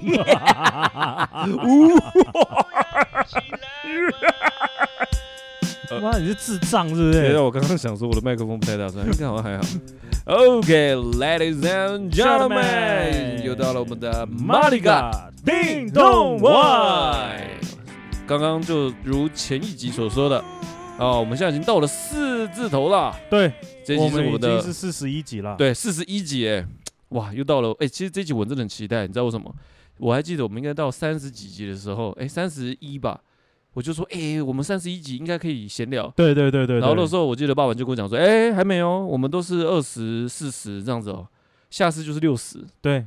妈，你是智障是不对是啊，？我刚刚想说我的麦克风不太大声，应该好像还好。OK，ladies and gentlemen， Gentlemen 又到了我们的马里嘎叮运动咚外 Y，。刚刚就如前一集所说的，哦，我们现在已经到了四字头了。对，这一我集是们我已们的经是四十一集了。，对，四十一集哎，哇，又到了哎、其实这集我真的很期待，你知道为什么？我还记得我们应该到三十几集的时候，哎、三十一吧，我就说哎、我们三十一集应该可以闲聊。对对对对。然后那对时候我记得爸爸就跟我讲说，哎、还没有，我们都是二十四十这样子哦，下次就是六十。对，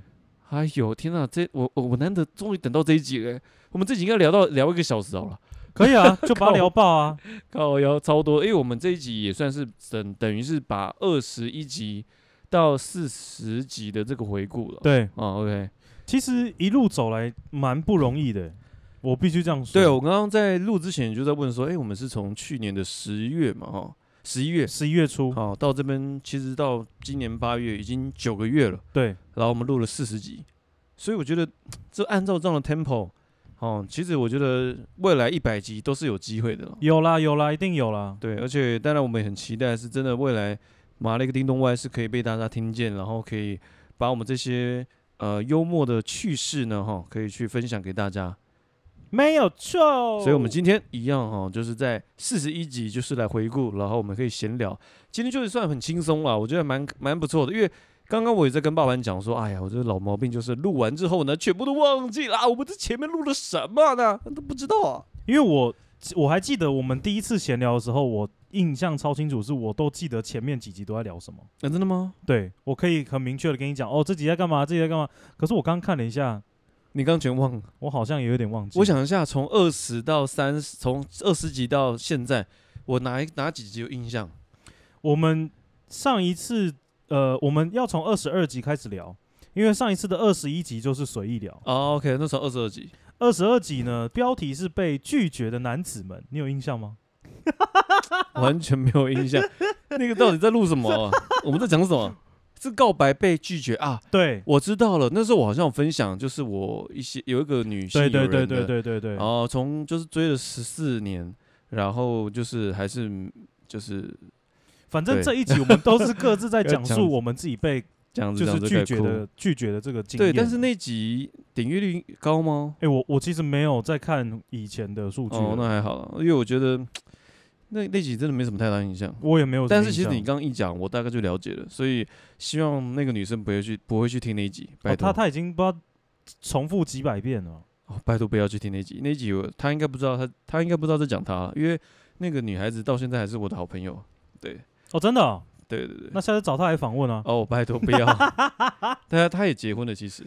哎呦天哪，这我我我难得终于等到这一集了，我们这集应该聊到聊一个小时好了，可以 啊，就把它聊爆啊。靠腰超多，因为我们这一集也算是等等于是把二十一集到四十集的这个回顾了。对，哦，OK，其实一路走来蛮不容易的，我必须这样说。对我刚刚在录之前就在问说，哎、我们是从去年的十月嘛，哦，十一月，十一月初，好、到这边其实到今年八月已经九个月了，对然后我们录了四十集，所以我觉得这按照这样的 tempo，哦，其实我觉得未来一百集都是有机会的了。有啦有啦，一定有啦。对，而且当然我们也很期待，是真的未来马雷克叮咚外是可以被大家听见，然后可以把我们这些呃幽默的趣事呢，哈、可以去分享给大家。没有错。所以，我们今天一样哈、就是在四十一集，就是来回顾，然后我们可以闲聊。今天就是算很轻松啦，我觉得蛮蛮不错的，因为刚刚我也在跟爸爸讲说，哎呀，我这个老毛病就是录完之后呢，全部都忘记了，啊我们这前面录了什么呢？都不知道啊。因为我我还记得我们第一次闲聊的时候，我印象超清楚，是我都记得前面几集都在聊什么。啊那、真的吗？对我可以很明确的跟你讲，哦，这集在干嘛，这集在干嘛。可是我刚看了一下，你刚全忘了。我好像也有点忘记。我想一下，从二十到三十，从二十集到现在，我哪一哪几集有印象？我们上一次呃，我们要从二十二集开始聊，因为上一次的二十一集就是随意聊，哦、o k 那时候二十二 集，二十二集呢标题是被拒绝的男子们，你有印象吗？完全没有印象。那个到底在录什么啊、我们在讲什么？啊是告白被拒绝啊？对，我知道了，那时候我好像有分享，就是我一些有一个女性对对友对人对的哦对对对然，后从就是追了十四年，然后就是还是就是反正对这一集我们都是各自 在要讲讲述我们自己被这样子，就这是样子拒在绝哭的拒绝的这个经验。啊对，但是那集点阅率高吗？哎、我我其实没有在看以前的数据了、哦，那还好啦，因为我觉得那那集真的没什么太大印象。我也没有什么但印象。哦是其实你刚刚一讲，我大概就了解了，所以希望那个女生不会去不会去听那一集，拜哦、托、他他已经不知道重复几百遍了。哦拜托不要去听那集，那集我她应该不知道，她她应该不知道在讲她，因为那个女孩子到现在还是我的好朋友。对哦，真的哦、对对对，那下次找他来访问啊。哦，拜托 不要，她她也结婚了其实，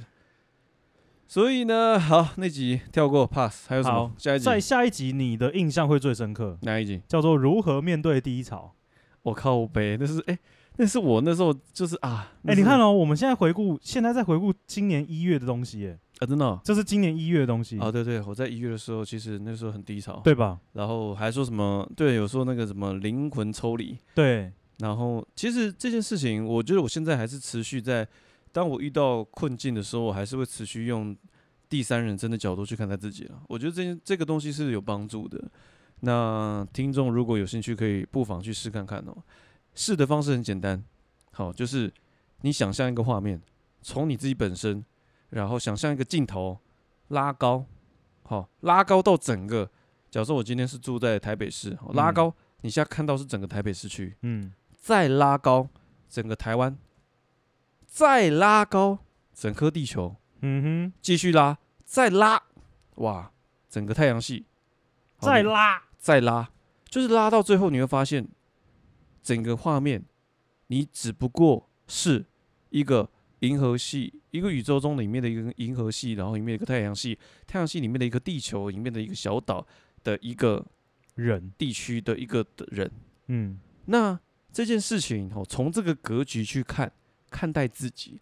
所以呢，好那集跳过 pass，还有什么好？下一在集下一集你的印象会最深刻，哪一集？叫做如何面对低潮。我靠呗，那是哎、那是我那时候就是啊，哎、那你是看哦，我们现在回顾，现在在回顾今年一月的东西，哎，啊，真的哦、这是今年一月的东西，哦，对对，我在一月的时候，其实那时候很低潮，对吧？然后还说什么，对，有说那个什么灵魂抽离，对，然后其实这件事情，我觉得我现在还是持续在，当我遇到困境的时候，我还是会持续用第三人称的角度去看待自己了。我觉得这件这个东西是有帮助的。那听众如果有兴趣，可以不妨去试看看哦。试的方式很简单，好，就是你想象一个画面，从你自己本身，然后想象一个镜头拉高，好，拉高到整个。假设我今天是住在台北市，好拉嗯高，你现在看到是整个台北市区，嗯，再拉高整个台湾，再拉高整颗地球，嗯继续拉，再拉，哇，整个太阳系，哼，好再，你拉，再拉，就是拉到最后你会发现，整个画面，你只不过是一个银河系，一个宇宙中里面的一个银河系，然后里面有一个太阳系，太阳系里面的一个地球，里面的一个小岛的一个人，地区的一个的人。嗯，那这件事情哦，从这个格局去看看待自己，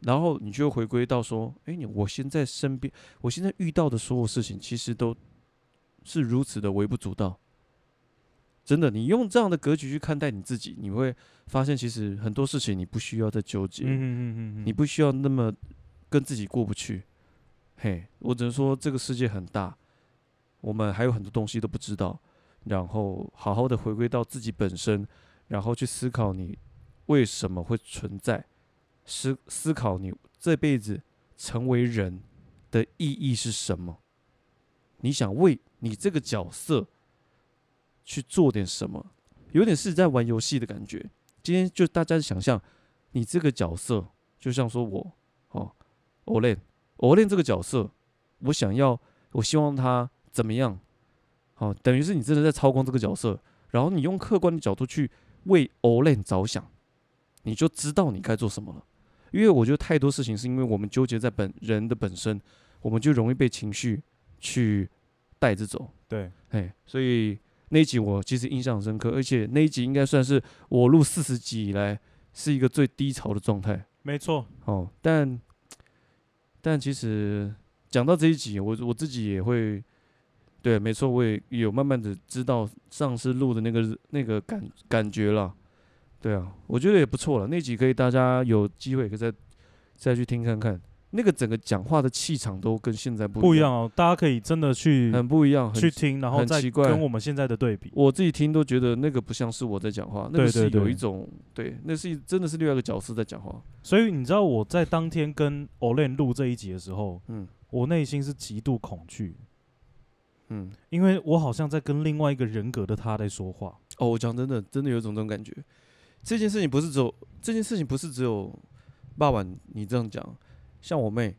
然后你就回归到说，哎、你我现在身边，我现在遇到的所有事情，其实都是如此的微不足道。真的，你用这样的格局去看待你自己，你会发现其实很多事情你不需要再纠结，嗯嗯嗯嗯，你不需要那么跟自己过不去。嘿，我只能说这个世界很大，我们还有很多东西都不知道。然后好好的回归到自己本身，然后去思考你为什么会存在，思思考你这辈子成为人的意义是什么？你想为你这个角色去做点什么？有点是在玩游戏的感觉。今天就大家想象，你这个角色就像说我哦，Olen Olen 这个角色，我想要，我希望他怎么样？哦，等于是你真的在操控这个角色，然后你用客观的角度去为 Olen 着想，你就知道你该做什么了。因为我觉得太多事情是因为我们纠结在本人的本身，我们就容易被情绪去带着走。对，哎，所以那一集我其实印象很深刻，而且那一集应该算是我录四十集以来是一个最低潮的状态没错，哦。但但其实讲到这一集，我我自己也会对，没错，我也有慢慢的知道上次录的那个那个感感觉了。对啊，我觉得也不错了。那集可以大家有机会可以再再去听看看，那个整个讲话的气场都跟现在不不一一样，哦，大家可以真的去很不一样，很去听，然后很再奇怪跟我们现在的对比。我自己听都觉得那个不像是我在讲话，那个对是对有一对种对那是一真的是另外一个角色在讲话。所以你知道我在当天跟 Olen 录这一集的时候，嗯我内心是极度恐惧，嗯，因为我好像在跟另外一个人格的他在说话。哦，我讲真的，真的有一种这种感觉。这件事情不是只有这件事情不是只有爸爸你这样讲，像我妹，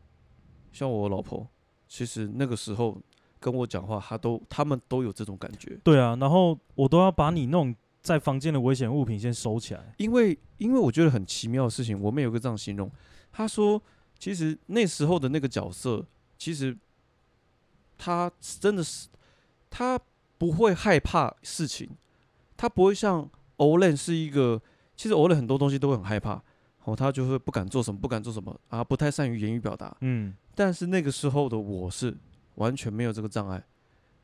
像我老婆，其实那个时候跟我讲话，她都他们都有这种感觉，对啊，然后我都要把你那种在房间的危险物品先收起来。因为因为我觉得很奇妙的事情，我妹有个这样形容，她说其实那时候的那个角色，其实他真的是他不会害怕事情，他不会像 Olen 是一个，其实 Olen 很多东西都会很害怕，哦，他就会不敢做什么，不敢做什么啊，不太善于言语表达。嗯，但是那个时候的我是完全没有这个障碍，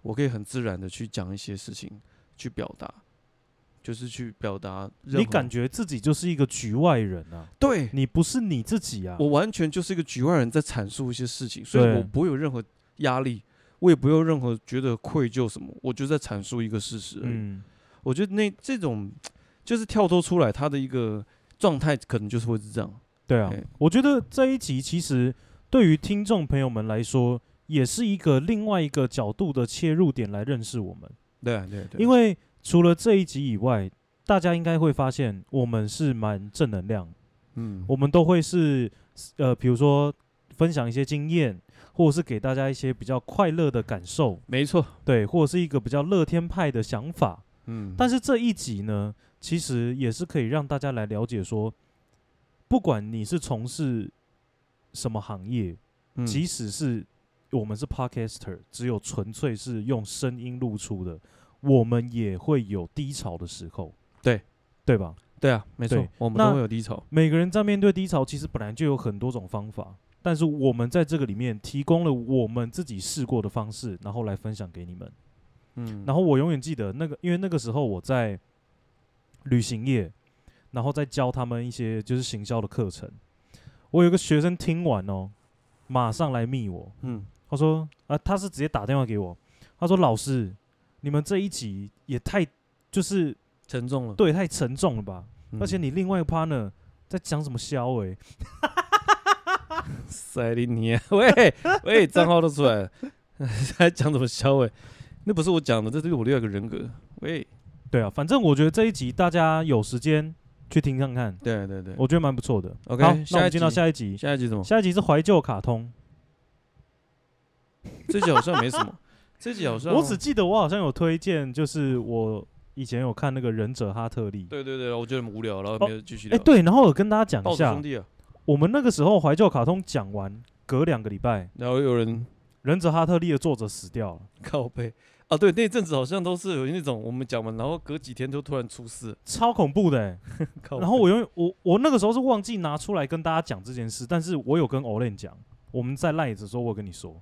我可以很自然的去讲一些事情，去表达，就是去表达任何。你感觉自己就是一个局外人啊，对你不是你自己啊。我完全就是一个局外人，在阐述一些事情，所以对我不会有任何压力，我也不会有任何觉得愧疚什么，我就在阐述一个事实而已。嗯，我觉得那这种就是跳脱出来，他的一个状态可能就是会是这样。对啊对，我觉得这一集其实对于听众朋友们来说，也是一个另外一个角度的切入点来认识我们。对啊对对因为除了这一集以外，大家应该会发现我们是蛮正能量，嗯，我们都会是呃，比如说分享一些经验，或者是给大家一些比较快乐的感受，没错，对，或者是一个比较乐天派的想法。嗯，但是这一集呢，其实也是可以让大家来了解说，不管你是从事什么行业，嗯即使是我们是 podcaster，只有纯粹是用声音露出的，我们也会有低潮的时候，对对吧？对啊，没错对，我们那都会有低潮。每个人在面对低潮，其实本来就有很多种方法，但是我们在这个里面提供了我们自己试过的方式，然后来分享给你们。嗯，然后我永远记得那个，因为那个时候我在旅行业，然后再教他们一些就是行销的课程。我有一个学生听完哦，马上来密我，嗯，他说啊，他是直接打电话给我，他说老师，你们这一集也太就是沉重了。对太沉重了吧，嗯而且你另外一个 partner 在讲什么欸消诶、塞利尼亚， 喂喂，账号都出来了， 还讲什么肖伟？那不是我讲的，这是我另外一个人格。喂，对啊，反正我觉得这一集大家有时间去听看看，对啊对对，我觉得蛮不错的。 OK，好，那下我一们进到集下一集，下一集什么？下一集是怀旧卡通。这集好像没什么， 这集好像我只记得我好像有推荐，就是我以前有看那个忍者哈特利。对对对，我觉得很无聊，然后哦没有继续哎、聊。对，然后我跟大家讲报一纸兄下，弟啊，我们那个时候怀旧卡通讲完，隔两个礼拜，然后有人忍者哈特利的作者死掉了，靠背啊，对，那阵子好像都是有那种我们讲完，然后隔几天就突然出事，超恐怖的、欸。靠背。然后我永远我我那个时候是忘记拿出来跟大家讲这件事，但是我有跟 Olen 讲，我们在赖子说，我有跟你说，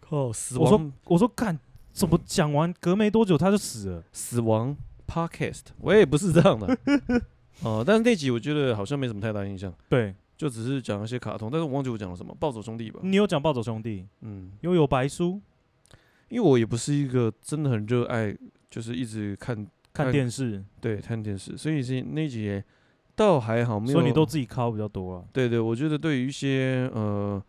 靠死我说亡，我说看怎么讲完，隔没多久他就死了，死亡 podcast，我也不是这样的。 哦、但是那集我觉得好像没什么太大印象，对就只是讲一些卡通，但是我忘记我讲了什么，暴走兄弟吧。你有讲暴走兄弟，嗯，因为有白书因为我也不是一个真的很热爱，就是一直看看看电视，对看电视，所以是那一集也倒还好，没有。所以你都自己靠比较多啊。对对，我觉得对于一些呃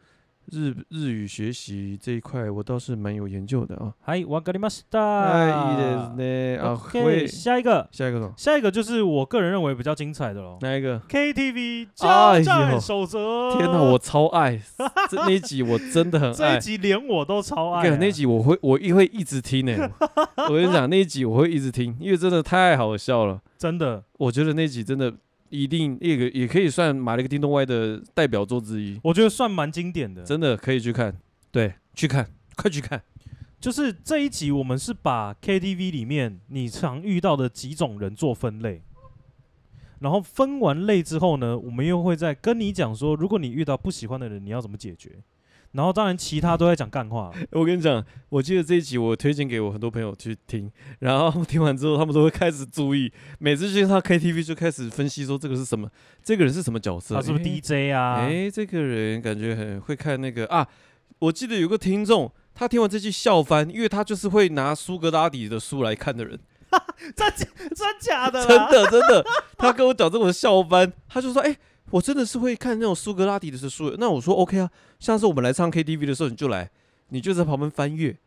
日日语学习这一块，我倒是蛮有研究的啊。嗨，わかりまし啊，いた。いですね。啊， OK，会下一个，下一个什么？下一个就是我个人认为比较精彩的喽。哪一个？ KTV 哎交呦战守则，天哪，我超爱这那一集，我真 的很这一爱。集连我都超爱啊、干那集我会我一会一直听呢、 我跟你讲那一集我会一直听，因为真的太好笑了。真的，我觉得那集真的一定也个也可以算马里克叮咚歪的代表作之一，我觉得算蛮经典的。真的可以去看，对，去看， 快去看。就是这一集，我们是把 KTV 里面你常遇到的几种人做分类，然后分完类之后呢，我们又会再跟你讲说，如果你遇到不喜欢的人，你要怎么解决。然后当然其他都在讲干话，我跟你讲，我记得这一集我推荐给我很多朋友去听，然后他们听完之后，他们都会开始注意，每次去到 KTV 就开始分析说这个是什么，这个人是什么角色，他是不是诶 DJ 啊？哎、这个人感觉很会看那个啊！我记得有个听众，他听完这句笑翻，因为他就是会拿苏格拉底的书来看的人，真 假真假的真啦？的真的，他跟我讲这种笑翻，他就说：“哎、我真的是会看那种苏格拉底的书。”那我说：“OK 啊，下次我们来唱 KTV 的时候你就来，你就在旁边翻阅。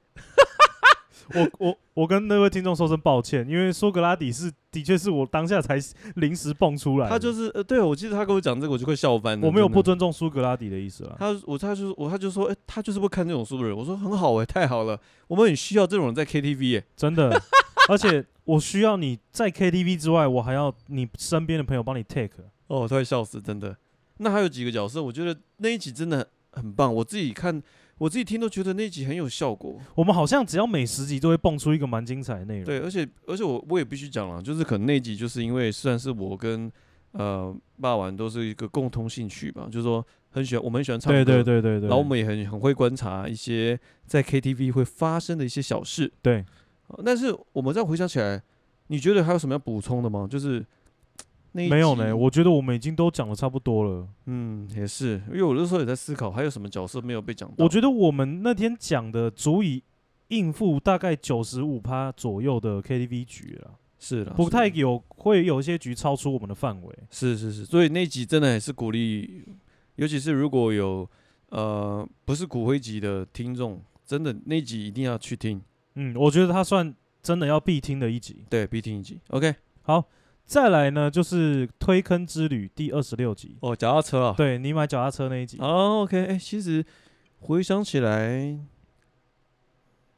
我我我跟那位听众说声抱歉，因为苏格拉底是的确是我当下才临时蹦出”来的，他就是呃，对我记得他跟我讲这个，我就会笑翻嗯了。我没有真的不尊重啊苏格拉底的意思啦。他我他就是我他就说，哎、他就是会看这种书的人。我说很好哎、太好了，我们很需要这种人在 KTV 哎、真的。 而且我需要你在 KTV 之外，我还要你身边的朋友帮你 take。哦，我都快笑死，真的。那还有几个角色，我觉得那一集真的很棒，我自己看，我自己听都觉得那一集很有效果。我们好像只要每十集都会蹦出一个蛮精彩的内容。对，而且而且我我也必须讲了，就是可能那一集就是因为算是我跟呃霸王都是一个共通兴趣吧，就是说很喜欢，我们很喜欢唱歌，对对对对对，然后我们也很很会观察一些在 KTV 会发生的一些小事。对呃但是我们再回想起来，你觉得还有什么要补充的吗？就是那一没有集呢。我觉得我们已经都讲的差不多了。嗯也是，因为我那时候也在思考还有什么角色没有被讲到。我觉得我们那天讲的足以应付大概九十五趴左右的 KTV 局了，是啦，不啊是太啦有会有一些局超出我们的范围。是是是，所以那集真的也是鼓励，尤其是如果有呃不是骨灰级的听众，真的那集一定要去听，嗯，我觉得它算真的要必听的一集。对，必听一集。OK，好，再来呢就是推坑之旅第二十六集。哦，脚踏车啊，对你买脚踏车那一集，哦，OK，哎、其实回想起来，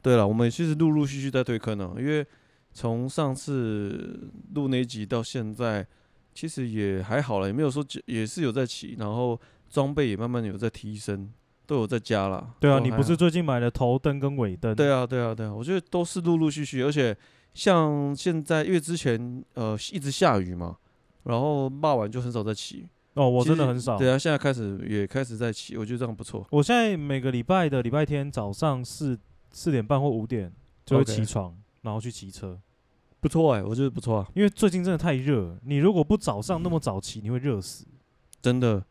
对了，我们其实陆陆续续在推坑呢、因为从上次录那一集到现在，其实也还好了，也没有说也是有在骑，然后装备也慢慢有在提升，都有在加啦。对啊，都你哦还不好是最近买了头灯跟尾灯？对啊，对啊，对啊，我觉得都是陆陆续续，而且像现在，因为之前呃一直下雨嘛，然后骂完就很少再骑。哦，我其真的实很少。对啊，现在开始也开始在骑，我觉得这样不错。我现在每个礼拜的礼拜天早上四四点半或五点就会 OK 起床然后去骑车，不错哎、我觉得不错啊，因为最近真的太热了，你如果不早上那么早骑，你会热死。真的。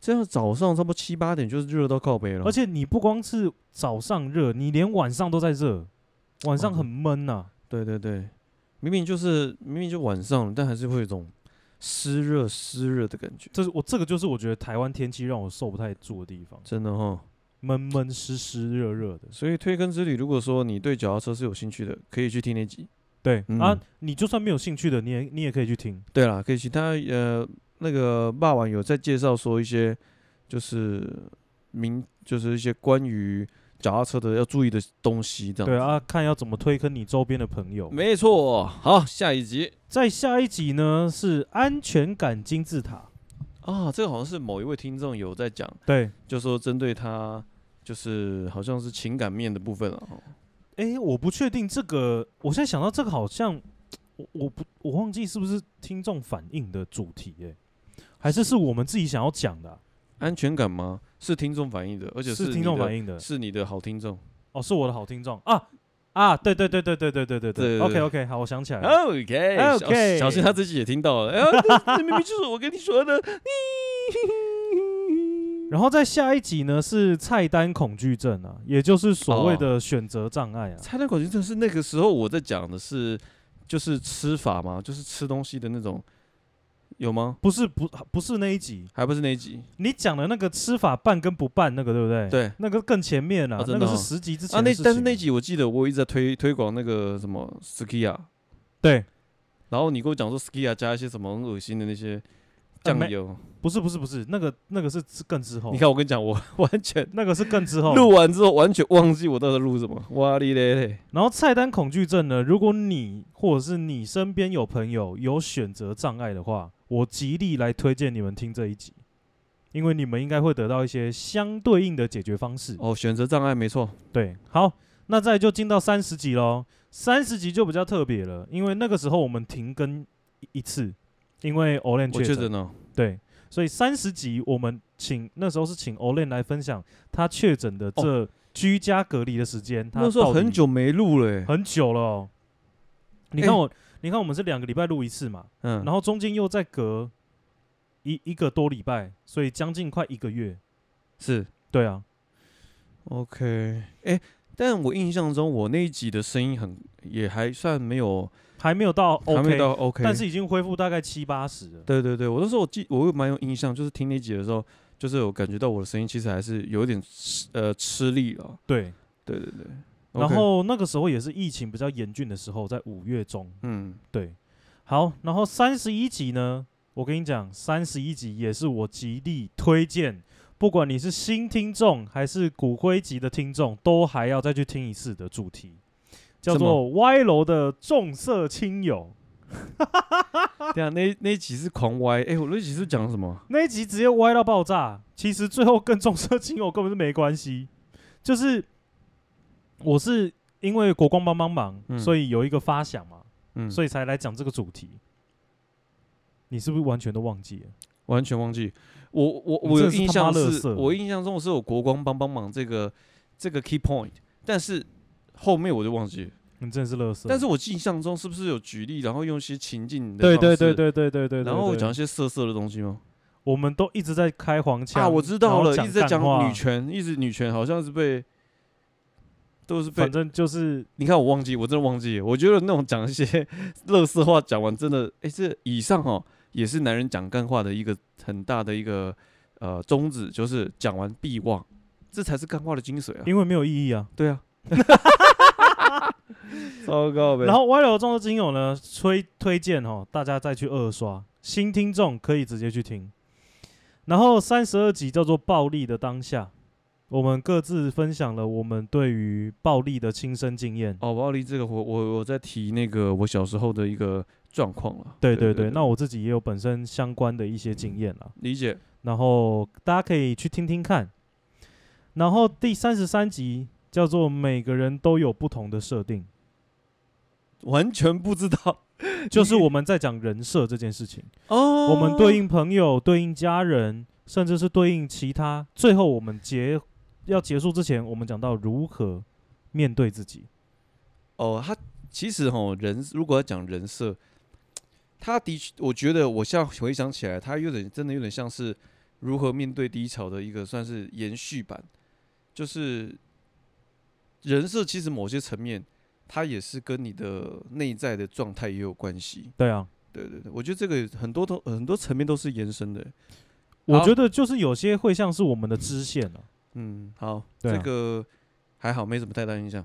这样早上差不多七八点就是热到靠背了，而且你不光是早上热，你连晚上都在热，晚上哦很闷呐、对对对，明明就是明明就晚上了，但还是会有一种湿热湿热的感觉，这是我这个就是我觉得台湾天气让我受不太住的地方，真的哈。闷闷湿湿热热的。所以推坑之旅，如果说你对脚踏车是有兴趣的，可以去听那集。对、啊嗯，你就算没有兴趣的，你也你也可以去听。对啦，可以去他呃那个霸王有在介绍说一些就是明就是一些关于脚踏车的要注意的东西这样。对，啊，看要怎么推坑你周边的朋友。没错。好，下一集再下一集呢是安全感金字塔，啊，这个好像是某一位听众有在讲，对，就说针对他就是好像是情感面的部分了。哦诶，我不确定这个，我现在想到这个好像我我不我忘记是不是听众反映的主题、诶，还是是我们自己想要讲的啊、安全感吗？是听众反映的，而且是是听众你的反映的是你的好听众。哦，是我的好听众啊。啊，对对对对对对对对对对啊 OK OK，好，我想起来了。 OK，, 小哎 OK 小心他自己也听到了。哎呀，这这明明就是我跟你 说的。然后在下一集呢是菜单恐惧症啊，也就是所哦谓的选择障碍啊。菜单恐惧症是那个时候我在讲的是，就是吃法嘛，就是吃东西的那种，有吗？不是不不是那一集，还不是那一集你讲的那个吃法拌跟不拌那个对不对？，对那个更前面啊，哦那真的个哦是十集之前啊，的那事情但是那集我记得我一直在推推广那个什么 Skia，对，然后你跟我讲说 Skia 加一些什么很恶心的那呃些酱油，不是不是不是，那个那个是之更之后，你，看我跟你讲，我 完全那个是更之后。录完之后完全忘记我到底录什么，哇哩嘞嘞，然后菜单恐惧症呢，如果你或者是你身边有朋友有选择障碍的话，我极力来推荐你们听这一集，因为你们应该会得到一些相对应的解决方式。哦，选择障碍没错，对，好，那再来就进到三十集喽。三十集就比较特别了，因为那个时候我们停更一一次，因为 Olen 我确确诊，诊了，对，所以三十集我们请那时候是请 Olen 来分享他确诊的哦这居家隔离的时间，他那时候到底很久没录了、欸，很久了哦、你看我，你看我们是两个礼拜录一次嘛，哎嗯，然后中间又再隔一一个多礼拜，所以将近快一个月。是对啊， OK，哎、但我印象中我那一集的声音很也还算没有还没有到还 OK，没有到 OK，但是已经恢复大概七八十了。对对对，我那时候我记我会蛮有印象，就是听那集的时候，就是我感觉到我的声音其实还是有一点吃呃吃力了，对，对对对，然 OK，后那个时候也是疫情比较严峻的时候，在五月中。嗯，对，好，然后三十一集呢，我跟你讲，三十一集也是我极力推荐，不管你是新听众还是骨灰级的听众，都还要再去听一次的主题，叫什么做歪楼的重色轻友。对啊，那那一集是狂歪，哎、我那集是讲什么？那一集直接歪到爆炸。其实最后跟重色轻友根本是没关系，就是我是因为国光帮帮忙，嗯所以有一个发想嘛，嗯，所以以才来讲这个主题。你是不是完全都忘记了？完全忘记，我我你我真有的是印他象妈垃是，圾我印象中是有国光帮帮忙这个这个 key point，但是后面我就忘记了。你真的是乐色。但是我印象中是不是有举例，然后用一些情境的对方对式对对对对对，然后对对讲一些色色的东西吗？我们都一直在开黄腔啊，我知道了，然后一直在干讲话女权，一直女权好像是被，都是被反。正就是你看我忘记，我真的忘记了。我觉得那种讲一些 乐色话讲完，真的，哎，这以上哦也是男人讲干话的一个很大的一个呃宗旨，就是讲完必忘，这才是干话的精髓啊。因为没有意义啊。 对啊，糟糕呗。然后歪楼中的精友呢，推推荐哦，大家再去二刷，新听众可以直接去听。然后三十二集叫做《暴力的当下》，我们各自分享了我们对于暴力的亲身经验。哦，暴力这个我我我在提那个我小时候的一个状况了。对对对，那我自己也有本身相关的一些经验啊啦，理解。然后大家可以去听听看。然后第三十三集叫做《每个人都有不同的设 定完全不知道》，就是我们在讲人设这件事情。哦 我们对应朋友、对应家人，甚至是对应其他。最后，我们结要结束之前，我们讲到如何面对自己。哦，他其实哈人如果要讲人设，他的确，我觉得我现在回想起来，他有点真的有点像是如何面对低潮的一个算是延续版，就是人设其实某些层面，它也是跟你的内在的状态也有关系。对啊，对对对，我觉得这个很多都很多层面都是延伸的。欸我好觉得就是有些会像是我们的支线啊了、嗯，好，对啊这个还好，没什么太大影 响。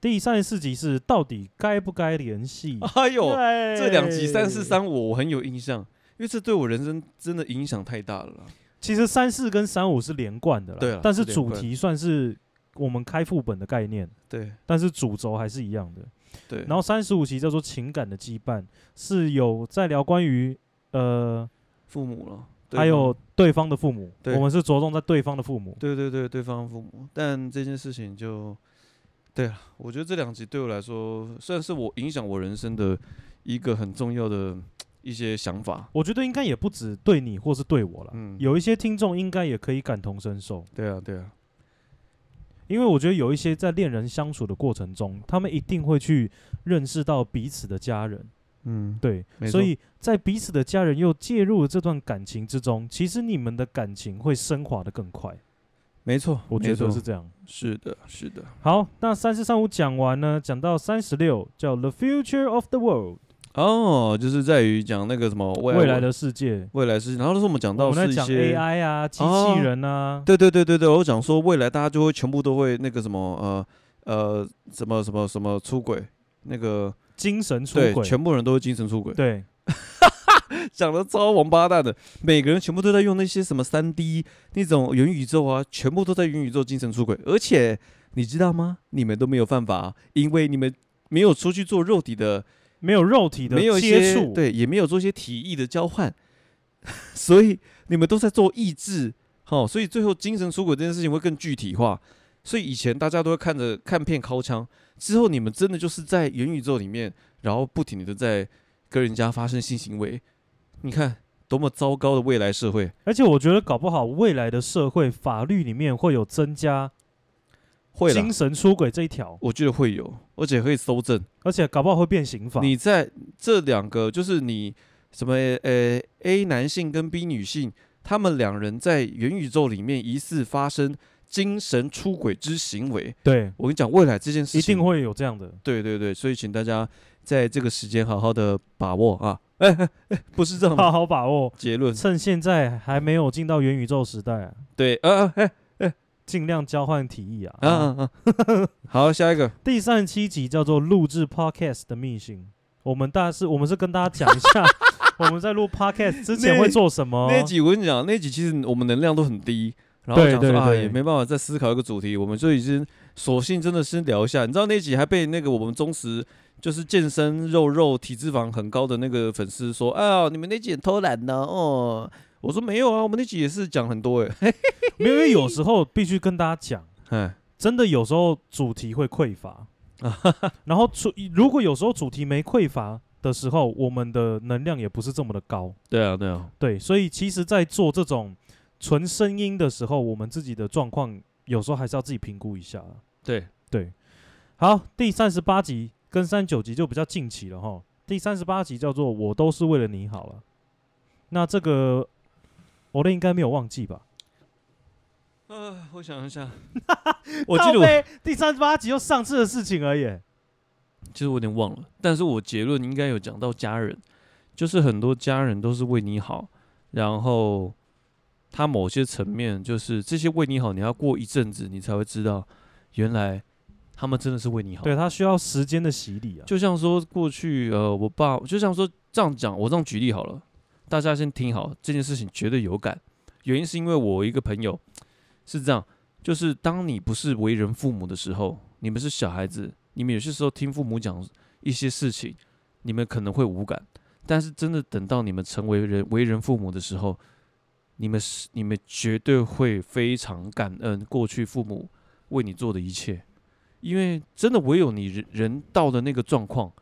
第三十四集是到底该不该联 系？哎呦，对这两集三四，三五我很有印象，因为这对我人生真的影响太大了啦。其实三四跟三五是连贯的啦。对啊但是是连主贯题算是我们开副本的概念，对但是主轴还是一样的。对，然后三十五集叫做情感的羁绊，是有在聊关于呃父母了，对还有方对方的父母，对我们是着重在对方的父母。对对对对方父母，但这件事情就对了，我觉得这两集对我来说算是我影响我人生的一个很重要的一些想法。我觉得应该也不止对你或是对我了，嗯，有一些听众应该也可以感同身受，对啊对啊，因为我觉得有一些在恋人相处的过程中，他们一定会去认识到彼此的家人，嗯，对没，错所以在彼此的家人又介入了这段感情之中，其实你们的感情会升华的更快，没错，我觉没错得是这样。是的，是的。好，那三四三五讲完呢，讲到三十六，叫 The Future of the World，哦，就是在于讲那个什么未来未来的世界。未来事情，然后那时候我们讲我到们在是一讲些 AI 啊，机哦器人啊，对对对对对，我讲说未来大家就会全部都会那个什么呃呃什么什么什么出轨，那个精神出对，轨，全部人都是精神出轨，对， 讲的超王八蛋的，每个人全部都在用那些什么三 D 那种元宇宙啊，全部都在元宇宙精神出轨，而且你知道吗？你们都没有犯法，啊因为你们没有出去做肉体的，没有肉体的没有一接些触，对，也没有做一些体意的交换， 所以你们都在做意志，好、所以最后精神出轨这件事情会更具体化。所以以前大家都会看着看片敲枪，之后你们真的就是在元宇宙里面，然后不停的在跟人家发生性行为，你看多么糟糕的未来社会，而且我觉得搞不好未来的社会法律里面会有增加会啦精，神出轨这一条，我觉得会有，而且可以搜证。而且搞不好会变刑法。你在这两个就是你什么呃 A 男性跟 B 女性，他们两人在元宇宙里面疑似发生精神出轨之行为。对，我跟你讲，未来这件事情一定。会有这样的。对对对，所以请大家在这个时间好好的把握啊！ 哎哎哎，不是这样的好好把握，结论。趁现在还没有进到元宇宙时代、啊，对，啊啊哎尽量交换提议啊。啊啊啊！好，下一个。第三十七集叫做录制 podcast 的秘辛，我们大是我们是跟大家讲一 下我们在录 podcast 之前那会做什么。那集我跟你讲，那集其实我们能量都很低，然后对讲说对啊对也没办法再思考一个主题，我们就已经索性真的是聊一下。你知道那集还被那个我们忠实就是健身肉肉体脂肪很高的那个粉丝说啊，你们那集很偷懒呢、哦。我说没有啊，我们那集也是讲很多哎、没有，因为有时候必须跟大家讲。哎，真的有时候主题会匮 乏，然后主如果有时候主题没匮乏的时候，我们的能量也不是这么的高，对啊对啊，对，所以其实，在做这种纯声音的时候，我们自己的状况有时候还是要自己评估一下啊。对，对，好，第三十八集跟三九集就比较近期了哈。第三十八集叫做“我都是为了你好了”，那这个我的应该没有忘记吧？呃，我想一下，我记得靠我背第三十八集就上次的事情而已。其实我有点忘了，但是我结论应该有讲到家人，就是很多家人都是为你好，然后他某些层面就是这些为你好，你要过一阵子你才会知道，原来他们真的是为你好。对，他需要时间的洗礼啊。就像说过去呃，我爸就像说这样讲，我这样举例好了，大家先听好，这件事情绝对有感，原因是因为我一个朋友是这样，就是当你不是为人父母的时候，你们是小孩子，你们有些时候听父母讲一些事情，你们可能会无感，但是真的等到你们成为人为人父母的时候，你们是你们绝对会非常感恩过去父母为你做的一切。因为真的唯有你人人到了那个状况，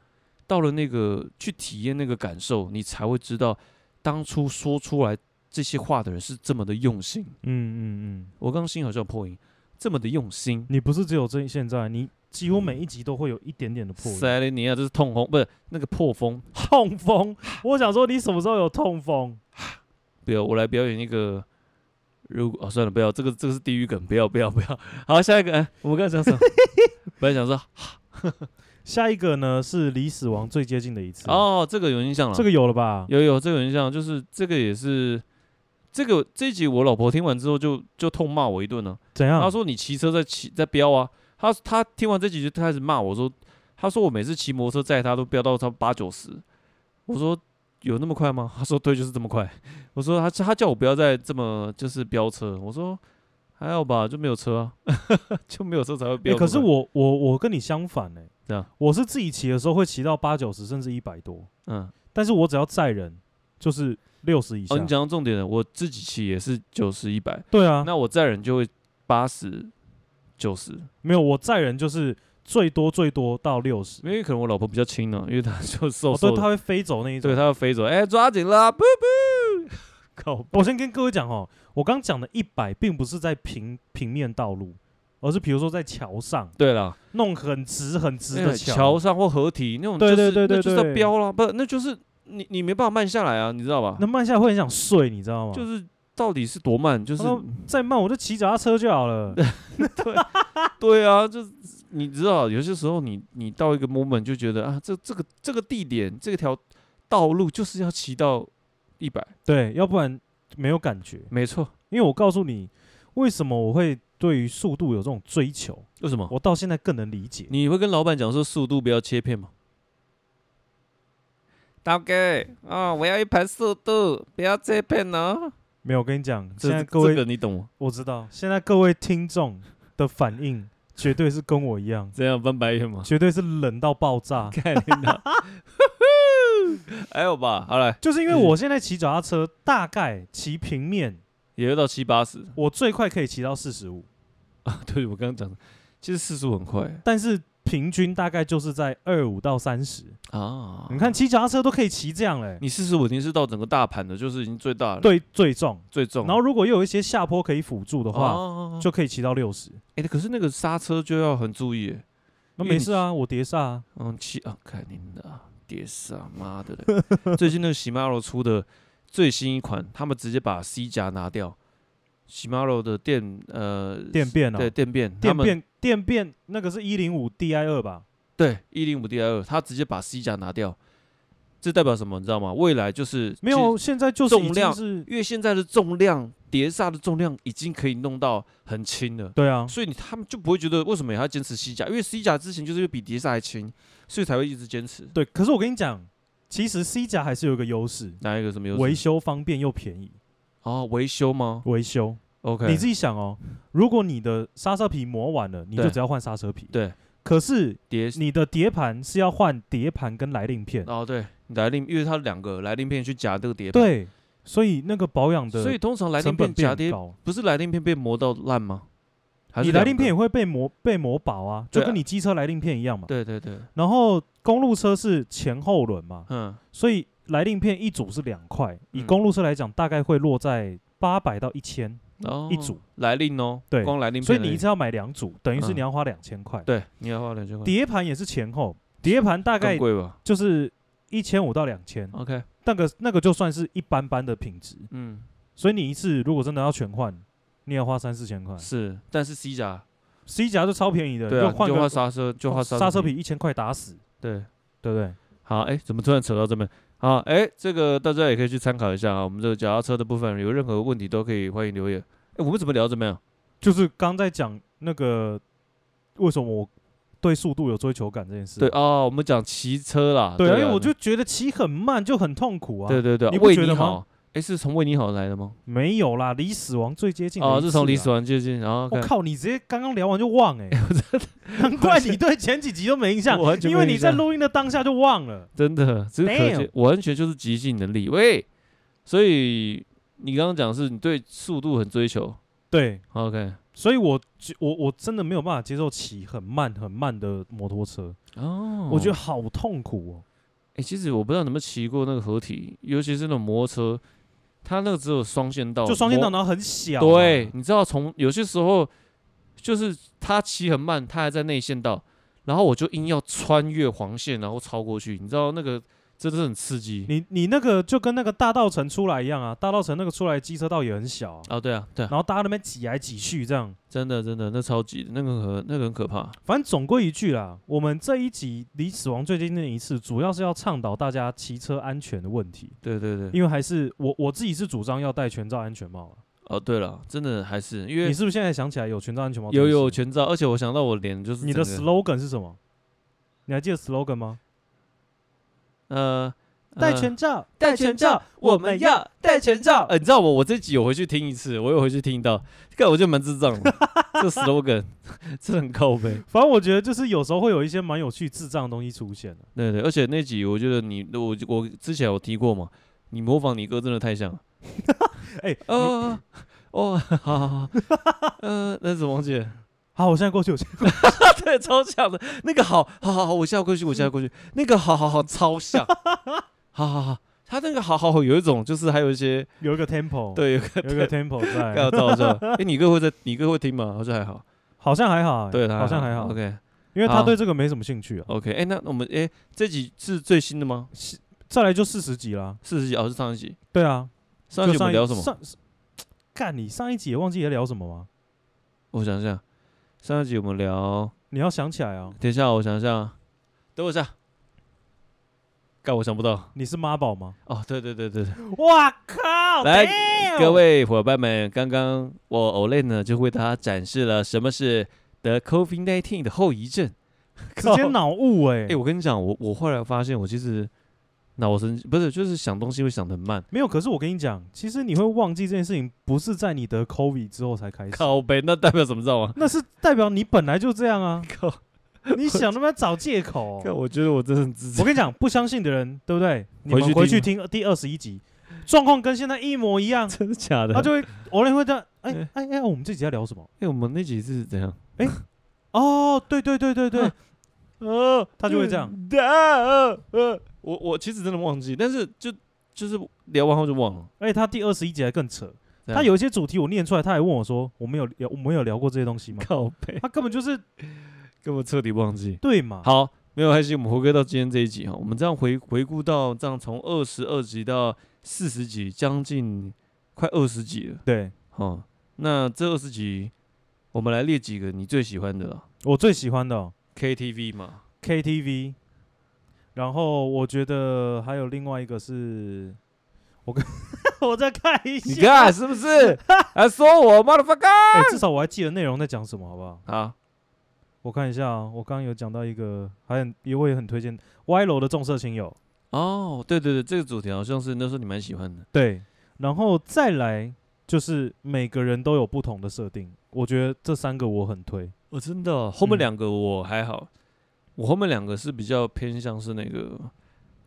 到了那个去体验那个感受，你才会知道当初说出来这些话的人是这么的用心。嗯嗯嗯，我刚刚心好像有破音，这么的用心。你不是只有这现在，你几乎每一集都会有一点点的破音塞雷尼亚啊这是痛风，不是那个破风。痛风。我想说，你什么时候有痛风？不要，我来表演一个。如果哦，算了，不要，这个这个是地狱梗，不要不要不要。好，下一个，哎，我们刚才讲什么？本来想说， 下一个呢是离死亡最接近的一次。，哦，这个有印象了，这个有了吧？有有这个很像，就是这个也是这个这一集我老婆听完之后就就痛骂我一顿呢、怎样？她说你骑车在骑在飙啊，她她听完这集就开始骂我说，她说我每次骑摩托车载她都飙到差不多八九十，我说有那么快吗？她说对，就是这么快。 我说她她叫我不要再这么就是飙车，我说还好吧，就没有车啊， 就没有车才会诶飙那欸么快、可是我我我跟你相反哎、怎样我是自己骑的时候会骑到八九十甚至一百多，嗯。但是我只要载人就是六十以下。哦，你讲到重点了，我自己骑也是九十一百，对啊，那我载人就会八十、九十，没有我载人就是最多最多到六十、因为可能我老婆比较轻呢、因为她就瘦哦，对，瘦的，他会飞走那一种对。她要飞走，哎、抓紧啦，不不，靠，我先跟各位讲哦，我刚讲的一百并不是在平平面道路，而是比如说在桥上对啦，弄很直很直的那个嗯桥上或河堤那种，对对对对那就是对要飙啦，不，那就是你你没办法慢下来啊，你知道吧那？慢下来会很想睡，你知道吗？就是到底是多慢，就是他说再慢我就骑脚踏车就好了。 对啊，就是你知道，有些时候你你到一个 moment 就觉得啊，这这个这个地点这条道路就是要骑到一百，对，要不然没有感觉。没错。因为我告诉你，为什么我会对于速度有这种追求，为什么？我到现在更能理解。你会跟老板讲说速度不要切片吗？大哥，啊，我要一盘速度，不要切片哦。没有，我跟你讲，这现在这各位、个你懂吗？我知道，现在各位听众的反应绝对是跟我一样，这样翻白眼吗？绝对是冷到爆炸。看你 的，还有哎吧，好了，就是因为我现在骑脚踏车，大概骑平面，也要到七八十。我最快可以骑到四十五，啊对我刚刚讲的，其实四速很快但是平均大概就是在二五到三十。啊你看骑脚踏车都可以骑这样嘞、你四十五已经是到整个大盘的，就是已经最大了，，对，最重。最重。哦然后如果又有一些下坡可以辅助的的话，就可以骑到六十。哎、可是那个刹车就要很注意耶。那因为没你事啊，我碟刹、啊。嗯，七啊，看你的啊，跌死啊，妈的嘞！ 最近那个 Shimano 出的最新一款，他们直接把 C 夹拿掉，Shimano 的电呃电变啊、对电变，他电们变电变那个是一零五 DI 二吧？对一零五 D I 二，他直接把 C 夹拿掉，这代表什么？你知道吗？未来就是没，有，其现在就是已重经量是实，因为现在的重量碟刹的重量已经可以弄到很轻了。对啊，所以你他们就不会觉得为什么还要坚持西甲，因为西甲之前就是因为比碟刹还轻，所以才会一直坚持。对。可是我跟你讲，其实 C 甲还是有一个优势，哪一个什么优势？维修方便又便宜。哦，维修吗维修？OK，你自己想哦，如果你的刹车皮磨完了，你就对只要换刹车皮。对可是碟你的碟盘是要换碟盘跟来令片，哦对，来令，因为它两个来令片去夹这个碟，，对，所以那个保养的所以通常来成令本片变夹很碟高。不是来令片被磨到烂吗？还你是来两令个片也？会被磨被磨薄啊，就对啊跟你机车来令片一样嘛。对对对，然后公路车是前后轮嘛，嗯，所以来令片一组是两块，以嗯公路车来讲，大概会落在八百到一千，哦，一组来令哦，对光来令片所而已，以你一次要买两组，等于是嗯你要花两千块。对，你要花两千块，碟盘也是前后，碟盘大概更贵嗯吧就是一千五到两千， ？OK，那个那个就算是一般般的品质，嗯，所以你一次如果真的要全换，你也要花三四千块。是，但是西甲， C 夹就超便宜的，对啊，换就换个刹车，就换刹车车皮，一千块打死，对。对不对？好，哎，怎么突然扯到这边？好，哎，这个大家也可以去参考一下啊。我们这个脚踏车的部分，有任何问题都可以欢迎留言。哎，我们怎么聊怎么样？就是刚在讲那个为什么我对速度有追求感这件事。对哦，我们讲骑车啦。对啊，啊因为我就觉得骑很慢就很痛苦啊。对对对，你不为觉你得吗好。哎，是从为你好来的吗？没有啦，离死亡最接近的一次啊。哦，是从离死亡接近，哦然后我看靠，你直接刚刚聊完就忘 哎、难怪你对前几集都没印象我完，全没因为你印象在录音的当下就忘了。真的，只是可 Damn 见我完全就是极尽能力。喂，所以你刚刚讲的是你对速度很追求。对， OK，所以我我我真的没有办法接受骑很慢很慢的摩托车，哦我觉得好痛苦哦。哎、其实我不知道你们骑过那个合体，尤其是那种摩托车，它那个只有双线道，就双线道，哦摩。然后很小、啊对，，你知道从有些时候，就是他骑很慢，他还在内线道，然后我就硬要穿越黄线，然后超过去，你知道那个真的是很刺激。你你那个就跟那个大道城出来一样啊，大道城那个出来机车道也很小、啊，哦，对啊，对啊，然后大家那边挤来挤去这样。真的真的，那超级那个很那个很可怕。反正总归一句啦，我们这一集离死亡最接近的一次，主要是要倡导大家骑车安全的问题，对对对，因为还是我我自己是主张要戴全罩安全帽啊。哦对了，真的还是你因为是不是现在想起来有全罩安全帽这件有事？有全罩，而且我想到我脸就是你的整个 slogan 是什么？你还记得 slogan 吗？呃戴呃全罩，戴全罩，我们要戴全罩。呃，你知道我我这集有回去听一次，我有回去听到，看我就蛮智障 的，这 slogan 真的很靠背。反正我觉得就是有时候会有一些蛮有趣智障的东西出现的、对对，而且那集我觉得你我我之前有提过嘛，你模仿你哥真的太像了。 哎呃，哦，好好好， 呃，那怎么忘记了？好，我现在过 去，我现在 对，超像的。那个好，好好好，我下过去，我下过去。那个好好好，超像。好好好，他那个好好好，有一种就是还有一些 有一个 tempo，，对，有个有一个 tempo 在。该有照照。哎、你哥会在，你哥会听吗？好像还好。好像还好欸、对，好像还好， OK 因为他好对这个没什么兴趣啊。 OK，哎、诶那我们哎、诶这集是最新的吗？再来就四十集啦，四十集哦，是上一集。对啊，上一集就我们一聊什么？上干你上一集也忘记在聊什么吗？我想一下，上一集我们聊，你要想起来啊，等一下，我想一下，等我一下。干，我想不到。你是妈宝吗？哦，对对对对对，哇靠！来 damn 各，位伙伴们，刚刚我 Olay 呢就为大家展示了什么是得 COVID-19 的后遗症。直接脑雾哎 哎、，我跟你讲，我我后来发现，我其实脑神不是，就是想东西会想得很慢。没有。可是我跟你讲，其实你会忘记这件事情，不是在你得 COVID 之后才开始，靠背，那代表什么知道吗？那是代表你本来就这样啊。靠，你想他妈找借口哦、看我觉得我真的很智 我障。跟你讲，不相信的人，对不对？你回去们回去听，听第二十一集，状况跟现在一模一样 真的假的？他就会偶然会这样，哎哎哎哎，我们这集在聊什 么？哎、我们那集是怎样？哦，对对对对对啊，呃，他就会这样。呃呃，我我其实真的忘记，但是就就是聊完后就忘了。而哎且他第二十一集还更扯，这样他有一些主题我念出来，他还问我说，我们有聊，我们有聊过这些东西 吗？靠背，他根本就是跟我彻底忘记。对嘛，好，没有关系，我们回归到今天这一集哈，我们这样回回顾到这样从二十二集到四十集，将近快二十集了。对哦，那这二十集，我们来列几个你最喜欢的啦我最喜欢的哦、 KTV 嘛， KTV，然后我觉得还有另外一个是，我跟 我再看一你下，看是不 是？还啊说我 motherfucker 哎、至少我还记得内容在讲什么，好不好？啊？我看一下、啊，我刚刚有讲到一个，还很也会很推荐歪楼的重色轻友，哦，对对对，这个主题好像是那时候你蛮喜欢的。对，然后再来就是每个人都有不同的设定，我觉得这三个我很推，我、真的哦、后面嗯两个我还好，我后面两个是比较偏向是那个